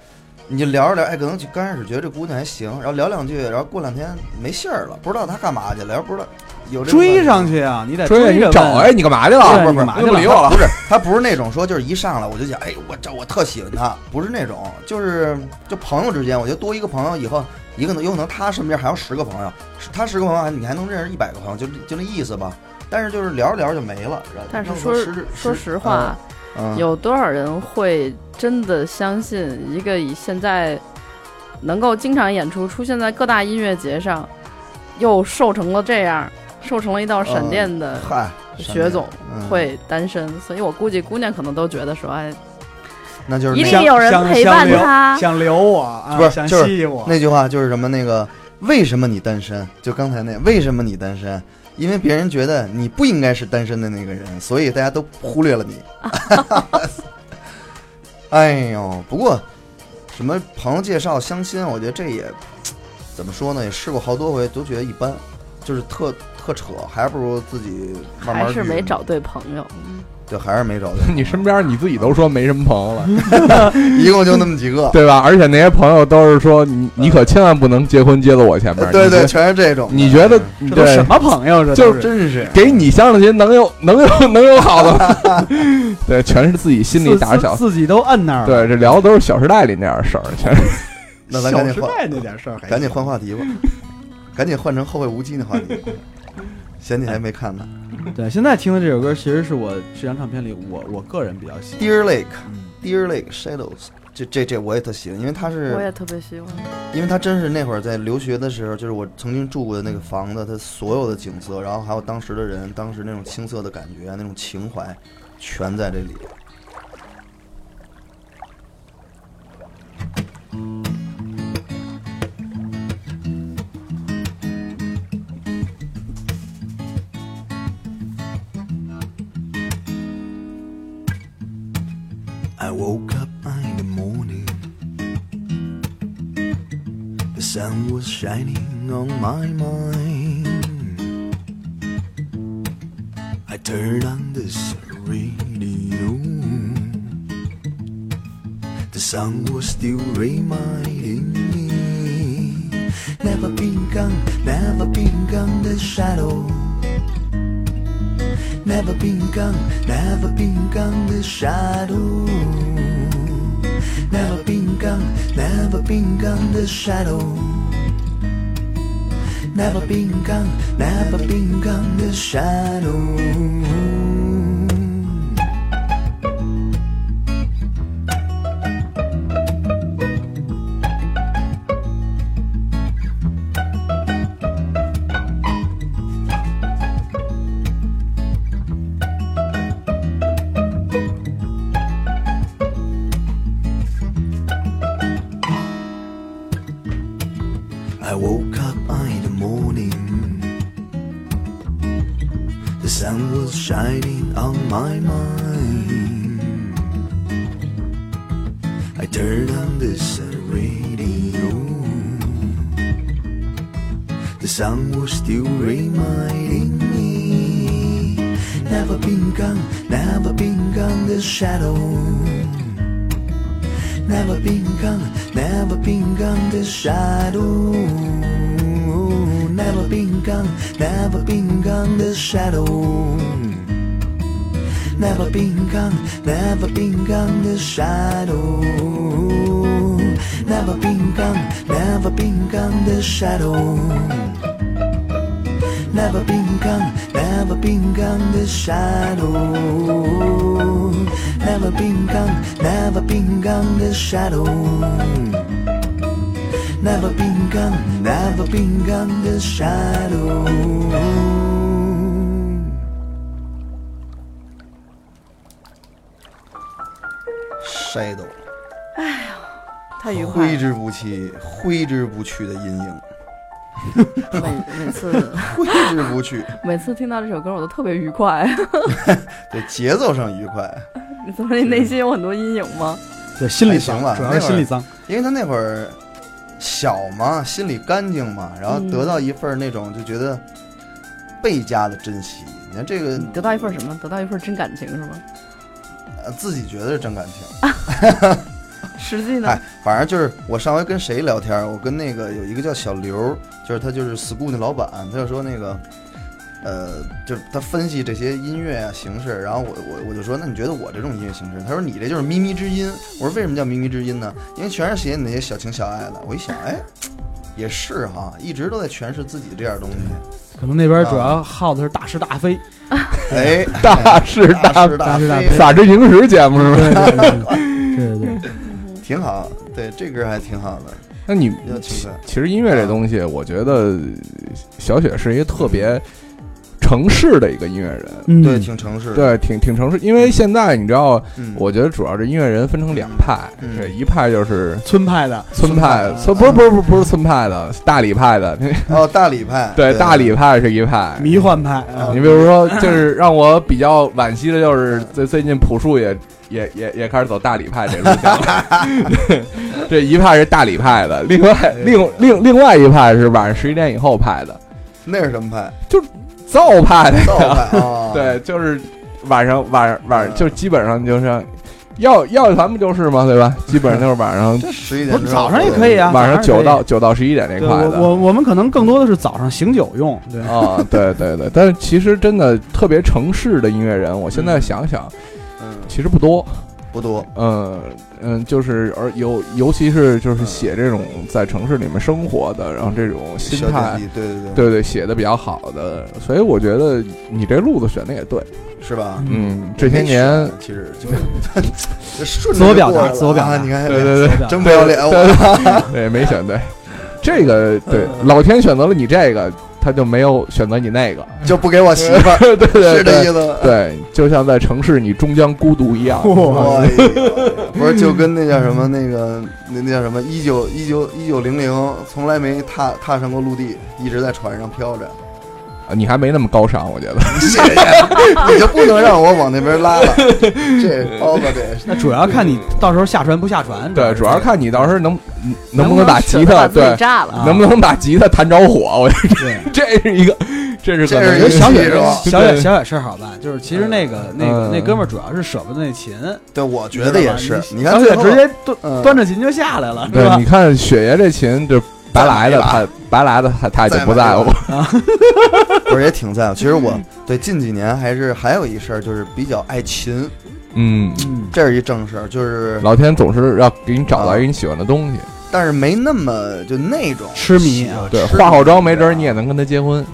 Speaker 4: 你聊着聊，哎，可能就刚开始觉得这姑娘还行，然后聊两句，然后过两天没信儿了，不知道她干嘛去了，也不知道有这
Speaker 3: 追上
Speaker 4: 去。
Speaker 3: 去啊，你得
Speaker 5: 追
Speaker 3: 着
Speaker 5: 你找
Speaker 3: 问
Speaker 5: 哎，你干嘛去了？
Speaker 3: 对
Speaker 5: 不是不
Speaker 3: 你干
Speaker 5: 是，
Speaker 3: 嘛
Speaker 5: 你
Speaker 3: 去
Speaker 5: 不
Speaker 3: 了
Speaker 5: 理我了，
Speaker 4: 不。是，她不是那种说就是一上来我就想，哎，我这我特喜欢她，不是那种，就是就朋友之间，我觉得多一个朋友以后，也可能有可能她身边还有十个朋友，她十个朋友还你还能认识一百个朋友，就就那意思吧。但是就是聊着聊着就没了。然后
Speaker 6: 但是
Speaker 4: 弄
Speaker 6: 说
Speaker 4: 个十
Speaker 6: 说
Speaker 4: 十
Speaker 6: 实话，
Speaker 4: 嗯、嗯
Speaker 6: 有多少人会真的相信一个以现在能够经常演出、出现在各大音乐节上，又瘦成了这样，瘦成了一道闪电的
Speaker 4: 嗨，
Speaker 6: 薛总
Speaker 4: 嗯
Speaker 6: 会单身？所以我估计姑娘可能都觉得说，哎，
Speaker 4: 那就是
Speaker 6: 一
Speaker 4: 那
Speaker 6: 定有人陪伴
Speaker 3: 他，
Speaker 6: 她。
Speaker 3: 想留我啊，
Speaker 4: 不是
Speaker 3: 想
Speaker 4: 就是
Speaker 3: 吸引我。
Speaker 4: 那句话就是什么？那个为什么你单身？就刚才那为什么你单身？因为别人觉得你不应该是单身的那个人，所以大家都忽略了你。 哎呦，不过什么朋友介绍相亲，我觉得这也怎么说呢？也试过好多回，都觉得一般，就是特特扯，还不如自己慢慢
Speaker 6: 还是
Speaker 4: 遇
Speaker 6: 没
Speaker 4: 呢
Speaker 6: 找，对朋友，
Speaker 4: 对，还是没找对
Speaker 5: 你身边你自己都说没什么朋友了，，
Speaker 4: 一共就那么几个
Speaker 5: 对吧？而且那些朋友都是说你，你可千万不能结婚接到我前面。
Speaker 4: 对
Speaker 5: 你
Speaker 4: 对，
Speaker 5: 觉
Speaker 4: 全是这种的。
Speaker 5: 你觉得
Speaker 3: 这都什
Speaker 5: 对？
Speaker 3: 么朋友？这都
Speaker 5: 就是
Speaker 3: 是
Speaker 4: 真是
Speaker 5: 给你相的亲能有能有能有好的吗？ 对，全是自己心里
Speaker 3: 自
Speaker 5: 打小。
Speaker 3: 自自己都摁那儿了。
Speaker 5: 对，这聊的都是《小时代》里那点事儿，全是
Speaker 4: 那咱
Speaker 3: 小
Speaker 4: 赶紧
Speaker 3: 时
Speaker 4: 换
Speaker 3: 代那点事儿还行，
Speaker 4: 赶紧换话 题吧，赶紧换成后会无期的话题。前几天没看呢
Speaker 3: 对，现在听的这首歌其实是我这张唱片里我我个人比较喜欢。
Speaker 4: ，Dear Lake。Dear Lake Shadows，这这这我也特喜欢，因为它
Speaker 6: 我也
Speaker 4: 是，
Speaker 6: 特别喜欢。
Speaker 4: 因为它真是那会儿在留学的时候，就是我曾经住过的那个房子，它所有的景色，然后还有当时的人，当时那种青涩的感觉，那种情怀，全在这里。
Speaker 2: Dear I woke up in the morning. The sun was shining on my mind. I turned on this radio. The song was still reminding me. Never been gone, never been gone, the shadow. Never been gone, never been gone, the shadow. Never been gone, never been gone, the shadow. Never been gone, never been gone, the shadow. I woke up in the morning. The sun was shining on my mind. I turned on this radio. The sun was still reminding me. Never been gone, never been gone, the shadow. Never been gone, never been gone, the shadow. Never been gone, never been gone, the shadow. Never been gone, never been gone, the shadow. Never been gone, never been gone, the shadow. Never been gone, never been gone, the shadow. Never been gone, never been gone, the shadow. Never been gone, never been gone, the shadow.
Speaker 4: 筛斗，
Speaker 6: 太愉快
Speaker 4: 挥
Speaker 6: 了。
Speaker 4: 之不去、挥之不去的阴影，
Speaker 6: 每每次
Speaker 4: 挥之不去。
Speaker 6: 每次听到这首歌，我都特别愉快。
Speaker 4: 对，节奏上愉快，
Speaker 6: 你怎么你内心有很多阴影吗？
Speaker 3: 对，心里
Speaker 4: 还行
Speaker 3: 脏
Speaker 4: 吧，
Speaker 3: 主要是心里脏。
Speaker 4: 因为他那会儿小嘛，心里干净嘛，然后
Speaker 6: 嗯
Speaker 4: 得到一份儿那种就觉得倍加的珍惜。你看这个
Speaker 6: 你，得到一份什么？得到一份真感情是吗？
Speaker 4: 呃自己觉得是真感情。
Speaker 6: 实际呢
Speaker 4: 哎？，反正就是我上回跟谁聊天儿，我跟那个有一个叫小刘，就是他就是 school 的老板，他就说那个，呃，就是他分析这些音乐啊形式，然后我我我就说，那你觉得我这种音乐形式？他说你这就是靡靡之音。我说为什么叫靡靡之音呢？因为全是写你那些小情小爱的。我一想，哎，也是哈，一直都在诠释自己这样东西。
Speaker 3: 可能那边主要耗的是大是大非，
Speaker 4: 哎，
Speaker 5: 大是
Speaker 4: 是
Speaker 3: 大
Speaker 5: 大
Speaker 4: 大
Speaker 3: 是大
Speaker 4: 非，
Speaker 5: 撒之萤石节目是吗？
Speaker 3: 对对对 对对对，
Speaker 4: 挺好。对，这歌还挺好的，
Speaker 5: 那你
Speaker 4: 比较轻快。
Speaker 5: 其实音乐这东西，我觉得小雪是一个特别城市的一个音乐人，
Speaker 3: 嗯
Speaker 4: 对，挺诚实的。，
Speaker 5: 对，挺挺城市。因为现在你知道，
Speaker 4: 嗯，
Speaker 5: 我觉得主要是音乐人分成两派，
Speaker 4: 嗯
Speaker 5: 对，一派就是
Speaker 3: 村派的，
Speaker 5: 村派，
Speaker 3: 村
Speaker 5: 村不是不是不是不是村派的，大理派的，
Speaker 4: 哦，大理派，
Speaker 5: 对，大理派是一派。
Speaker 3: 迷幻派啊
Speaker 4: 嗯，
Speaker 5: 你比如说，就是让我比较惋惜的，就是最最近朴树也也也也开始走大理派这路线了。 这一派是大理派的，另外另另另外一派是晚上十一点以后派的，
Speaker 4: 那是什么派？
Speaker 5: 造派 的。
Speaker 4: 造派啊，
Speaker 5: 哦对，就是晚上晚上晚
Speaker 4: 嗯
Speaker 5: 上，就基本上就是要要咱们就是嘛，对吧？基本上就是晚上
Speaker 4: 这十一
Speaker 3: 嗯不
Speaker 4: 点
Speaker 3: 是
Speaker 4: 之后
Speaker 3: 早上也可以。啊，
Speaker 5: 晚上九到
Speaker 3: 可以。
Speaker 5: 九到十一点那
Speaker 3: 对，
Speaker 5: 块
Speaker 3: 我
Speaker 5: 的。
Speaker 3: 我我们可能更多的是早上醒酒用，对，
Speaker 5: 啊，对对对，但是其实真的特别城市的音乐人，我现在想想，
Speaker 4: 嗯，
Speaker 5: 其实不多。
Speaker 4: 不多。
Speaker 5: 嗯嗯，就是而尤尤其是就是写这种在城市里面生活的，然后这种心
Speaker 4: 小点
Speaker 5: 态
Speaker 4: 滴，，对对对，
Speaker 5: 对对，写的比较好的，所以我觉得你这路子选的也对。
Speaker 4: 是吧？
Speaker 5: 嗯，这些
Speaker 4: 没
Speaker 5: 年
Speaker 4: 选，其实就就顺着
Speaker 3: 自我表
Speaker 4: 就过
Speaker 3: 达
Speaker 4: 来了
Speaker 3: 自我表达
Speaker 4: 啊你看，
Speaker 5: 对对
Speaker 3: 对对
Speaker 4: 真不要脸，我
Speaker 5: 对没选对，这个对老天选择了你这个，他就没有选择你那个，
Speaker 4: 就不给我媳妇儿，
Speaker 5: 对对
Speaker 4: 是
Speaker 5: 对
Speaker 4: 这意
Speaker 5: 对，
Speaker 4: 思啊吗？
Speaker 5: 对，就像在城市你终将孤独一样。
Speaker 3: 哇
Speaker 4: 哎呦不是，就跟那叫什么那个那那叫什么一九一九一九零零，从来没踏踏上过陆地，一直在船上飘着。
Speaker 5: 你还没那么高尚，我觉得。
Speaker 4: 谢谢，你就不能让我往那边拉了，这包吧这。
Speaker 3: 那 主要看你到时候下船不下船。
Speaker 5: 对，主要是看你到时候能能
Speaker 6: 能
Speaker 5: 不能把吉
Speaker 6: 舍得把
Speaker 5: 他，
Speaker 6: 自己
Speaker 5: 对，
Speaker 6: 炸
Speaker 3: 啊
Speaker 6: 了？
Speaker 5: 能不能把吉他弹着火？我
Speaker 3: 对，
Speaker 5: 这是一个，这是
Speaker 4: 这
Speaker 5: 可
Speaker 4: 是一个
Speaker 5: 能
Speaker 3: 小
Speaker 4: 是
Speaker 3: 雪
Speaker 4: 吧
Speaker 3: 小雪小雪事儿好办，就是其实那个那个
Speaker 5: 嗯
Speaker 3: 那哥们儿主要是舍不得那琴，
Speaker 4: 对，我觉得也是。你看
Speaker 3: 小
Speaker 4: 最
Speaker 3: 雪
Speaker 4: 后
Speaker 3: 直接端
Speaker 4: 嗯
Speaker 3: 端着琴就下来了，是
Speaker 5: 对，
Speaker 3: 吧
Speaker 5: 你？看雪爷这琴就白来的，
Speaker 4: 再买
Speaker 5: 他白来的他他已经不在乎了。
Speaker 4: 不是也挺在乎。其实
Speaker 3: 嗯
Speaker 4: 我对近几年还是还有一事儿，就是比较爱琴，
Speaker 5: 嗯，
Speaker 3: 嗯，
Speaker 4: 这是一正事儿，就是
Speaker 5: 老天总是要给你找到一个你喜欢的东西。
Speaker 4: 但是没那么就那种
Speaker 3: 痴迷啊
Speaker 5: 对，
Speaker 4: 痴迷
Speaker 5: 化好妆没准儿你也能跟他结婚，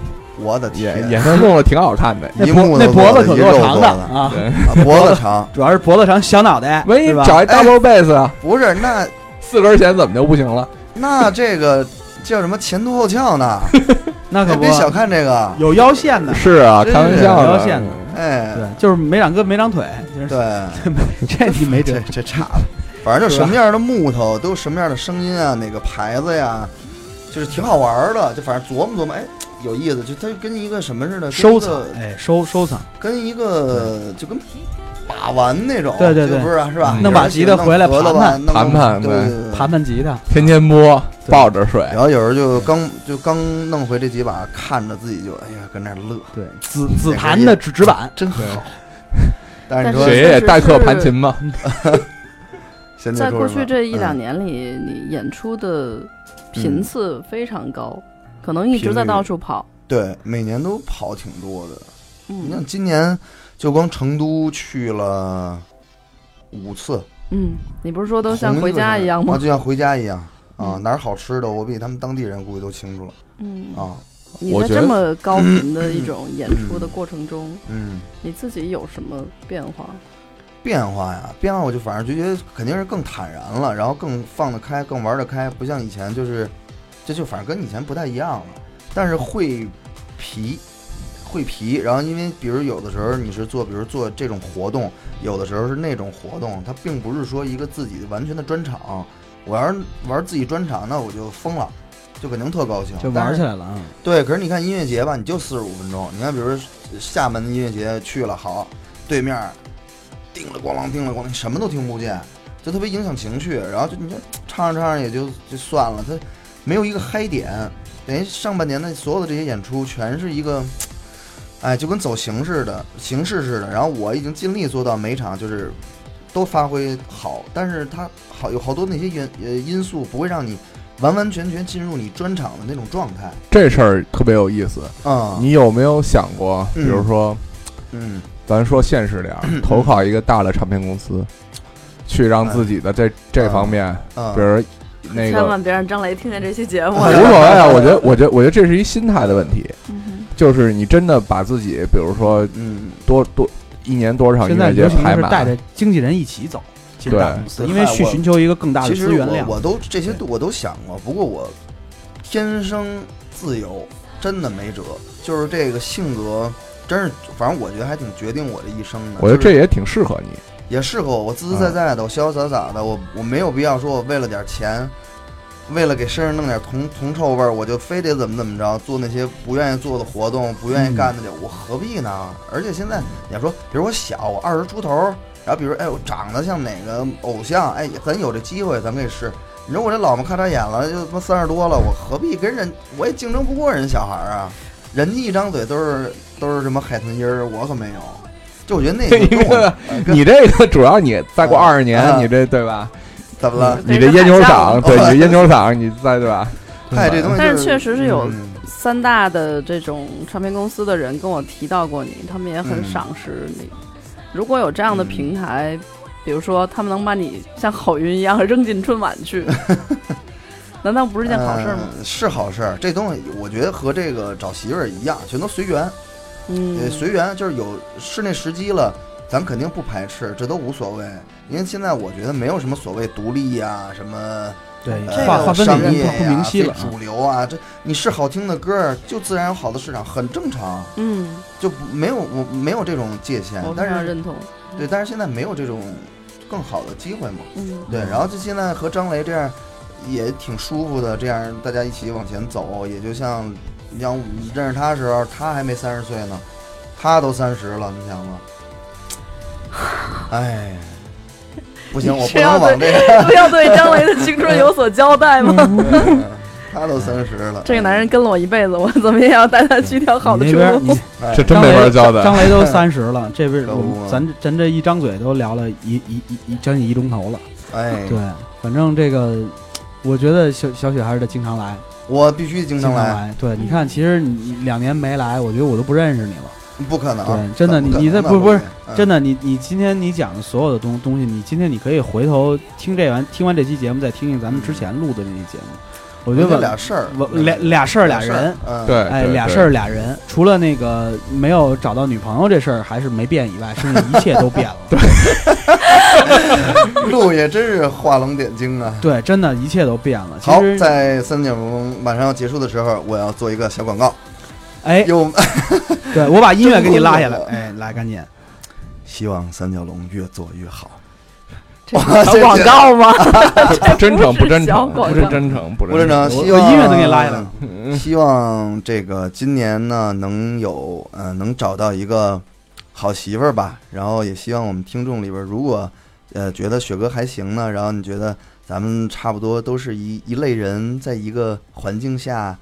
Speaker 4: 我的
Speaker 5: 也
Speaker 4: 天，
Speaker 5: 也是弄得挺好看的。
Speaker 3: 那
Speaker 4: 一
Speaker 3: 脖
Speaker 4: 木
Speaker 3: 那
Speaker 4: 头
Speaker 3: 脖
Speaker 4: 做
Speaker 3: 子
Speaker 4: 的
Speaker 3: 可
Speaker 4: 一
Speaker 3: 够
Speaker 4: 肉
Speaker 3: 长
Speaker 4: 做
Speaker 3: 的
Speaker 4: 的
Speaker 3: 啊，
Speaker 5: 对，
Speaker 4: 啊脖子 长，
Speaker 3: 主要是脖子长小脑袋，
Speaker 5: 万一
Speaker 3: 是吧？
Speaker 5: 找一 double bass 啊，
Speaker 4: 不是那
Speaker 5: 四根弦怎么就不行了？
Speaker 4: 那这个叫什么前凸后翘呢？
Speaker 3: 那可
Speaker 4: 哎
Speaker 3: 不
Speaker 4: 别小看这个，
Speaker 3: 有腰线的，
Speaker 5: 是啊，
Speaker 4: 真
Speaker 5: 开玩
Speaker 4: 是
Speaker 5: 笑
Speaker 3: 有腰
Speaker 5: 的
Speaker 3: 线的，
Speaker 4: 哎，
Speaker 3: 对，就是没长胳膊没长腿，就是
Speaker 4: 对，
Speaker 3: 这你没辙
Speaker 4: 这。这 差了，反正就什么样的木头都有什么样的声音啊，哪个牌子呀，就是挺好玩儿的，就反正琢磨琢磨，哎，有意思，就它跟一个什么似的，
Speaker 3: 收
Speaker 4: 跟一
Speaker 3: 藏
Speaker 4: 个，
Speaker 3: 哎，收收藏，
Speaker 4: 跟一个就跟把玩那种，
Speaker 3: 对对对
Speaker 4: 就不是啊是吧？
Speaker 5: 弄
Speaker 3: 把吉他回来
Speaker 4: 有人喜欢弄
Speaker 3: 盘
Speaker 4: 盒子吧弄
Speaker 5: 嗯盘盘
Speaker 4: 对
Speaker 5: 盘
Speaker 4: 对对对
Speaker 3: 弹弹吉他，
Speaker 5: 天天摸，
Speaker 3: 对
Speaker 5: 抱着睡。
Speaker 4: 然后有人就刚就刚弄回这几把，看着自己就哎呀跟那儿乐，
Speaker 3: 对，紫紫檀的纸纸板，
Speaker 4: 真好。 但是
Speaker 6: 但
Speaker 4: 你
Speaker 6: 是
Speaker 4: 说
Speaker 5: 雪爷也代课弹琴嘛，嗯
Speaker 4: 现
Speaker 6: 在
Speaker 4: 在
Speaker 6: 过去这一两
Speaker 4: 年，
Speaker 6: 年里，你演出的
Speaker 5: 嗯
Speaker 6: 频次非常高，可能一直在到处跑。
Speaker 4: 嗯对每年都跑挺多的。你像
Speaker 6: 嗯
Speaker 4: 今年就光成都去了五次，
Speaker 6: 嗯，你不是说都像
Speaker 4: 同一个
Speaker 6: 回家一样
Speaker 4: 城市啊
Speaker 6: 吗？
Speaker 4: 就像回家一样啊，
Speaker 6: 嗯
Speaker 4: 哪儿好吃的我比他们当地人估计都清楚了
Speaker 6: 嗯，
Speaker 4: 啊。
Speaker 6: 你
Speaker 5: 我
Speaker 6: 在
Speaker 5: 觉得
Speaker 6: 这么高频 的一种演出的过程中，
Speaker 4: 嗯，
Speaker 6: 你自己有什么变化？
Speaker 4: 变化呀，变化我就反正就觉得肯定是更坦然了，然后更放得开，更玩得开，不像以前就是，这就反正跟以前不太一样了。但是会皮，会皮。然后因为比如有的时候你是做，比如做这种活动，有的时候是那种活动，它并不是说一个自己完全的专场。我要是玩自己专场，那我就疯了，就肯定特高兴。
Speaker 3: 就
Speaker 4: 但
Speaker 3: 玩
Speaker 4: 是
Speaker 3: 起来了啊。
Speaker 4: 对，可是你看音乐节吧，你就四十五分钟。你看，比如说厦门音乐节去了，好，对面叮了咣啷，叮了咣啷，你什么都听不见，就特别影响情绪。然后就你就唱着唱着也就就算了，它没有一个嗨点。等于上半年的所有的这些演出，全是一个，哎，就跟走形式的形式似的。然后我已经尽力做到每场就是都发挥好，但是它好有好多那些因呃因素不会让你完完全全进入你专场的那种状态。
Speaker 5: 这事儿特别有意思。
Speaker 4: 嗯，
Speaker 5: 你有没有想过，比如说，
Speaker 4: 嗯，
Speaker 5: 咱说现实点儿，投靠一个大的唱片公司，去让自己的这这方面，
Speaker 4: 嗯
Speaker 5: 比如那
Speaker 6: 千
Speaker 5: 个
Speaker 6: 万别让张雷听见这期节 目
Speaker 5: 无。所谓啊。我觉得，我觉得，我觉得这是一心态的问题，
Speaker 6: 嗯
Speaker 5: 就是你真的把自己，比如说
Speaker 4: 嗯，
Speaker 5: 多多一年多少场
Speaker 3: 现
Speaker 5: 音
Speaker 3: 在
Speaker 5: 乐
Speaker 3: 流
Speaker 5: 节
Speaker 3: 行的
Speaker 5: 排
Speaker 3: 是带
Speaker 5: 满
Speaker 3: 着，经纪人一起走，其实
Speaker 5: 对
Speaker 3: 大公司，
Speaker 4: 对
Speaker 3: 因为去
Speaker 4: 我
Speaker 3: 寻求一个更大的
Speaker 4: 其实
Speaker 3: 资源
Speaker 4: 我
Speaker 3: 量。
Speaker 4: 我都这些都我都想过，不过我天生自由，真的没辙，就是这个性格，真是，反正我觉得还挺决定我的一生的。
Speaker 5: 我觉得
Speaker 4: 就
Speaker 5: 这
Speaker 4: 是
Speaker 5: 也挺适合你。
Speaker 4: 也适合我，我自自在在的，我潇潇洒洒的，我我没有必要说我为了点钱。为了给身上弄点铜铜臭味儿，我就非得怎么怎么着，做那些不愿意做的活动，不愿意干的点，我何必呢？而且现在你要说，比如我小，我二十出头，然后比如哎，我长得像哪个偶像，哎，咱有这机会，咱可以试。你说我这老么咔嚓眼了，就他妈三十多了，我何必跟人？我也竞争不过人小孩儿啊，人家一张嘴都是都是什么海豚音儿，我可没有。就我觉得那个
Speaker 5: 一
Speaker 4: 跟我
Speaker 5: 个
Speaker 4: 哎跟
Speaker 5: 你这个主要你再过
Speaker 4: 啊
Speaker 5: 二十年，
Speaker 4: 啊
Speaker 5: 你这对吧？
Speaker 4: 怎么了？
Speaker 5: 你这烟酒嗓，对，你这 烟酒嗓，你再对吧？
Speaker 4: 嗨，哎这东西、就是，
Speaker 6: 但是确实是有
Speaker 4: 嗯
Speaker 6: 三大的这种唱片公司的人跟我提到过你，他们也很赏识你。如果有这样的平台，比如说他们能把你像好运一样扔进春晚 去，难道不是件好事吗？
Speaker 4: 呃是好事儿，这东西我觉得和这个找媳妇儿一样，全都随缘，呃
Speaker 6: 嗯，
Speaker 4: 随缘就是有室内时机了，咱肯定不排斥，这都无所谓。因为现在我觉得没有什么所谓独立呀、什么
Speaker 3: 对
Speaker 6: 嗯
Speaker 4: 呃
Speaker 3: 划划分的
Speaker 4: 商
Speaker 3: 人
Speaker 4: 业
Speaker 3: 不
Speaker 4: 呀、
Speaker 3: 不明晰
Speaker 4: 非
Speaker 3: 了啊。
Speaker 4: 主流啊，这你是好听的歌儿，就自然有好的市场，很正常，
Speaker 6: 嗯，
Speaker 4: 就不没有我没有这种界限
Speaker 6: 我。非
Speaker 4: 哎但
Speaker 6: 常
Speaker 4: 是
Speaker 6: 认同。
Speaker 4: 对，但是现在没有这种更好的机会嘛。
Speaker 6: 嗯，
Speaker 4: 对，然后就现在和张雷这样也挺舒服的，这样大家一起往前走，也就像你像我们认识他的时候，他还没三十岁呢，他都三十了，你想吧，哎，不行，我不能往这个，
Speaker 6: 不要对张雷的青春有所交代
Speaker 4: 嗯
Speaker 6: 吗？
Speaker 4: 他都三十了，
Speaker 6: 这个男人跟了我一辈子，我怎么也要带他去条好的
Speaker 3: 你
Speaker 6: 出
Speaker 3: 那边
Speaker 6: 路。
Speaker 3: 你
Speaker 4: 哎
Speaker 5: 这真没法交代
Speaker 3: 张。雷都三十了，这边
Speaker 4: 可不嘛
Speaker 3: 咱咱这一张嘴都聊了一一一一将近一钟头了。
Speaker 4: 哎，
Speaker 3: 对，反正这个，我觉得小小雪还是得经常来，
Speaker 4: 我必须经
Speaker 3: 经常
Speaker 4: 常来，
Speaker 3: 来。对，你看，其实你两年没来，我觉得我都不认识你了。
Speaker 4: 不可能，
Speaker 3: 对真的
Speaker 4: 怎么
Speaker 3: 你你
Speaker 4: 可能
Speaker 3: 这不
Speaker 4: 呢
Speaker 3: 不是
Speaker 4: 嗯
Speaker 3: 真的，你你今天你讲的所有的东东西，你今天你可以回头听这完听完这期节目，再听听咱们之前录的那期节目。我觉
Speaker 4: 就
Speaker 3: 得
Speaker 4: 俩事儿，
Speaker 3: 我俩俩事儿俩人，，
Speaker 4: 嗯，
Speaker 5: 对，
Speaker 3: 哎，
Speaker 5: 对
Speaker 3: 俩
Speaker 5: 对
Speaker 3: 事儿俩人，除了那个没有找到女朋友这事儿还是没变以外，剩下一切都变了。 对
Speaker 4: 路也真是画龙点睛 啊。
Speaker 3: 真的，一切都变了。其
Speaker 4: 好，
Speaker 3: 实，
Speaker 4: 在三点钟马上要结束的时候，我要做一个小广告。
Speaker 3: 哎，
Speaker 4: 有
Speaker 3: 对我把音乐给你拉下来
Speaker 4: 真，的
Speaker 3: 哎，来，赶 紧，
Speaker 4: 希望三角龙越做越好。
Speaker 6: 这是
Speaker 4: 哇
Speaker 6: 小广告吗？
Speaker 5: 真诚不真
Speaker 6: 小
Speaker 5: 诚，
Speaker 6: 广
Speaker 5: 不
Speaker 6: 告
Speaker 5: 是真诚，不
Speaker 4: 不是呢，
Speaker 3: 我
Speaker 4: 希
Speaker 3: 我
Speaker 4: 望嗯
Speaker 3: 音乐都给你拉下来了。
Speaker 4: 希望这个今年呢，能有呃能找到一个好媳妇儿吧。然后也希望我们听众里边，如果呃觉得雪哥还行呢，然后你觉得咱们差不多都是一一类人，在一个环境下，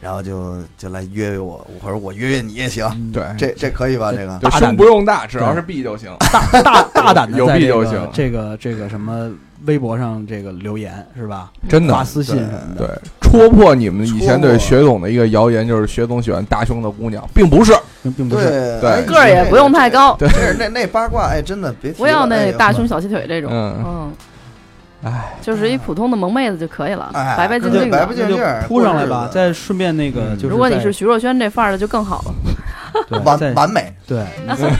Speaker 4: 然后就就来约约我，或者我约约你也行。
Speaker 5: 对，
Speaker 3: 嗯
Speaker 4: 这这可以吧？这个
Speaker 5: 就
Speaker 3: 大胆
Speaker 5: 胸不用大，只要是 B 就行。
Speaker 3: 大大大胆的
Speaker 5: 有
Speaker 3: 在
Speaker 5: 必
Speaker 3: 这
Speaker 5: 有
Speaker 3: 个
Speaker 5: 请
Speaker 3: 这个这个什么微博上这个留言是吧？
Speaker 5: 真的
Speaker 3: 发私信什么的，
Speaker 5: 对，戳破你们以前对雪总的一个谣言，就是雪总喜欢大胸的姑娘，并不是。
Speaker 3: 并并不是。
Speaker 4: 对
Speaker 5: 对
Speaker 4: 哎
Speaker 6: 个儿也不用太高，
Speaker 5: 对，
Speaker 4: 这那那八卦，哎，真的别提
Speaker 6: 不要
Speaker 4: 了
Speaker 6: 那
Speaker 4: 哎
Speaker 6: 大胸小细腿这种。
Speaker 3: 哦
Speaker 5: 嗯
Speaker 6: 嗯，
Speaker 5: 哎，
Speaker 6: 就是一普通的萌妹子就可以了，
Speaker 4: 哎
Speaker 6: 白白净
Speaker 4: 对
Speaker 6: 净
Speaker 4: 白
Speaker 6: 的
Speaker 4: 白。净
Speaker 3: 那
Speaker 4: 净
Speaker 3: 就
Speaker 4: 儿
Speaker 3: 扑上来
Speaker 4: 过日
Speaker 3: 吧，
Speaker 4: 子
Speaker 3: 再顺便那个
Speaker 4: 嗯
Speaker 3: 就是在，
Speaker 6: 如果你是徐若瑄这范儿的就更好了。
Speaker 3: 对
Speaker 4: 完
Speaker 3: 在
Speaker 4: 完美，
Speaker 3: 对，你在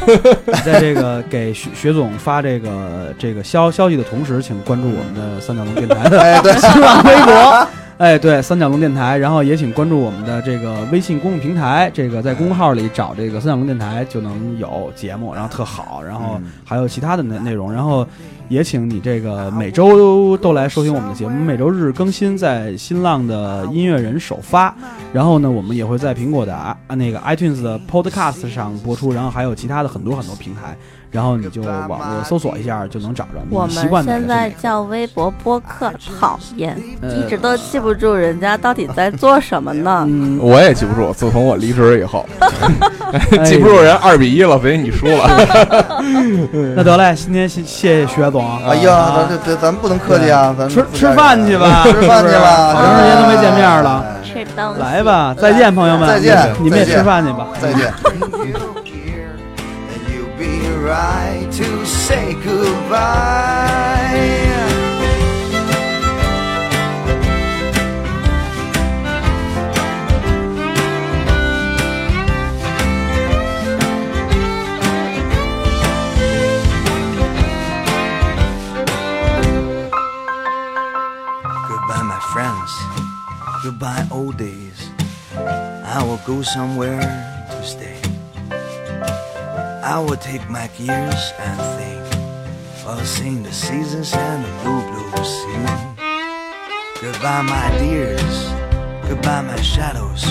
Speaker 3: 你在这个给学学总发这个这个消消息的同时，请关注我们的三角龙电 台的
Speaker 4: 哎，对，
Speaker 3: 新浪微博。哎，对，三角龙电台，然后也请关注我们的这个微信公众平台，这个在公众号里找这个三角龙电台就能有节目，然后特好，然后
Speaker 4: 嗯
Speaker 3: 还有其他的内内容，然后也请你这个每周都都来收听我们的节目，每周日更新在新浪的音乐人首发，然后呢，我们也会在苹果的啊那个 iTunes 的 Podcast 上播出，然后还有其他的很多很多平台，然后你就网络搜索一下就能找着
Speaker 8: 我
Speaker 3: 你习
Speaker 8: 们
Speaker 3: 惯的。
Speaker 8: 现在叫微博播客，讨厌，
Speaker 3: 呃
Speaker 8: 一直都记不住人家到底在做什么呢。
Speaker 3: 嗯，
Speaker 5: 我也记不住，自从我离职以后，
Speaker 3: 哎
Speaker 5: 记不住人二比一了，所以你输了。
Speaker 3: 那得嘞，今天谢谢谢薛总啊，
Speaker 4: 哎呀，咱这这咱们不能客气啊，咱
Speaker 3: 吃
Speaker 4: 不
Speaker 3: 吃
Speaker 4: 带
Speaker 3: 饭
Speaker 4: 人
Speaker 3: 去 吧，
Speaker 4: 吃饭去吧，
Speaker 3: 是不是好长时间都没见面了。
Speaker 4: 哎
Speaker 8: 吃东西，
Speaker 3: 来吧，再见，朋友们，
Speaker 4: 再见
Speaker 3: 你们也
Speaker 4: 再见
Speaker 3: 吃饭去吧，
Speaker 4: 再见。
Speaker 2: And you'll be right to say goodbye. Goodbye, my friends. Goodbye, old days. I will go somewhere to stay. I will take my gears and think. I'll sing the seasons and the blue, blue sea. Goodbye, my dears. Goodbye, my shadows.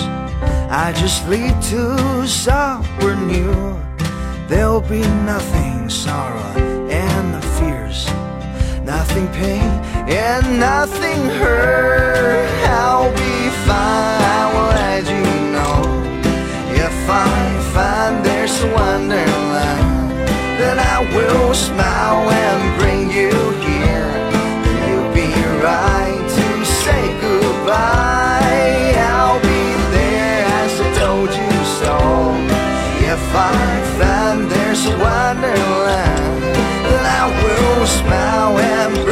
Speaker 2: I just leave to somewhere new. There'll be nothing sorrow and the fears nothing pain and nothing hurt. I'll be fine. I will let you know if I find there's a wonderland. Then I will smile and bring you here. Then you'll be right to say goodbye. I'll be there as I told you so. If I find there's a wonderland, then I will smile and bring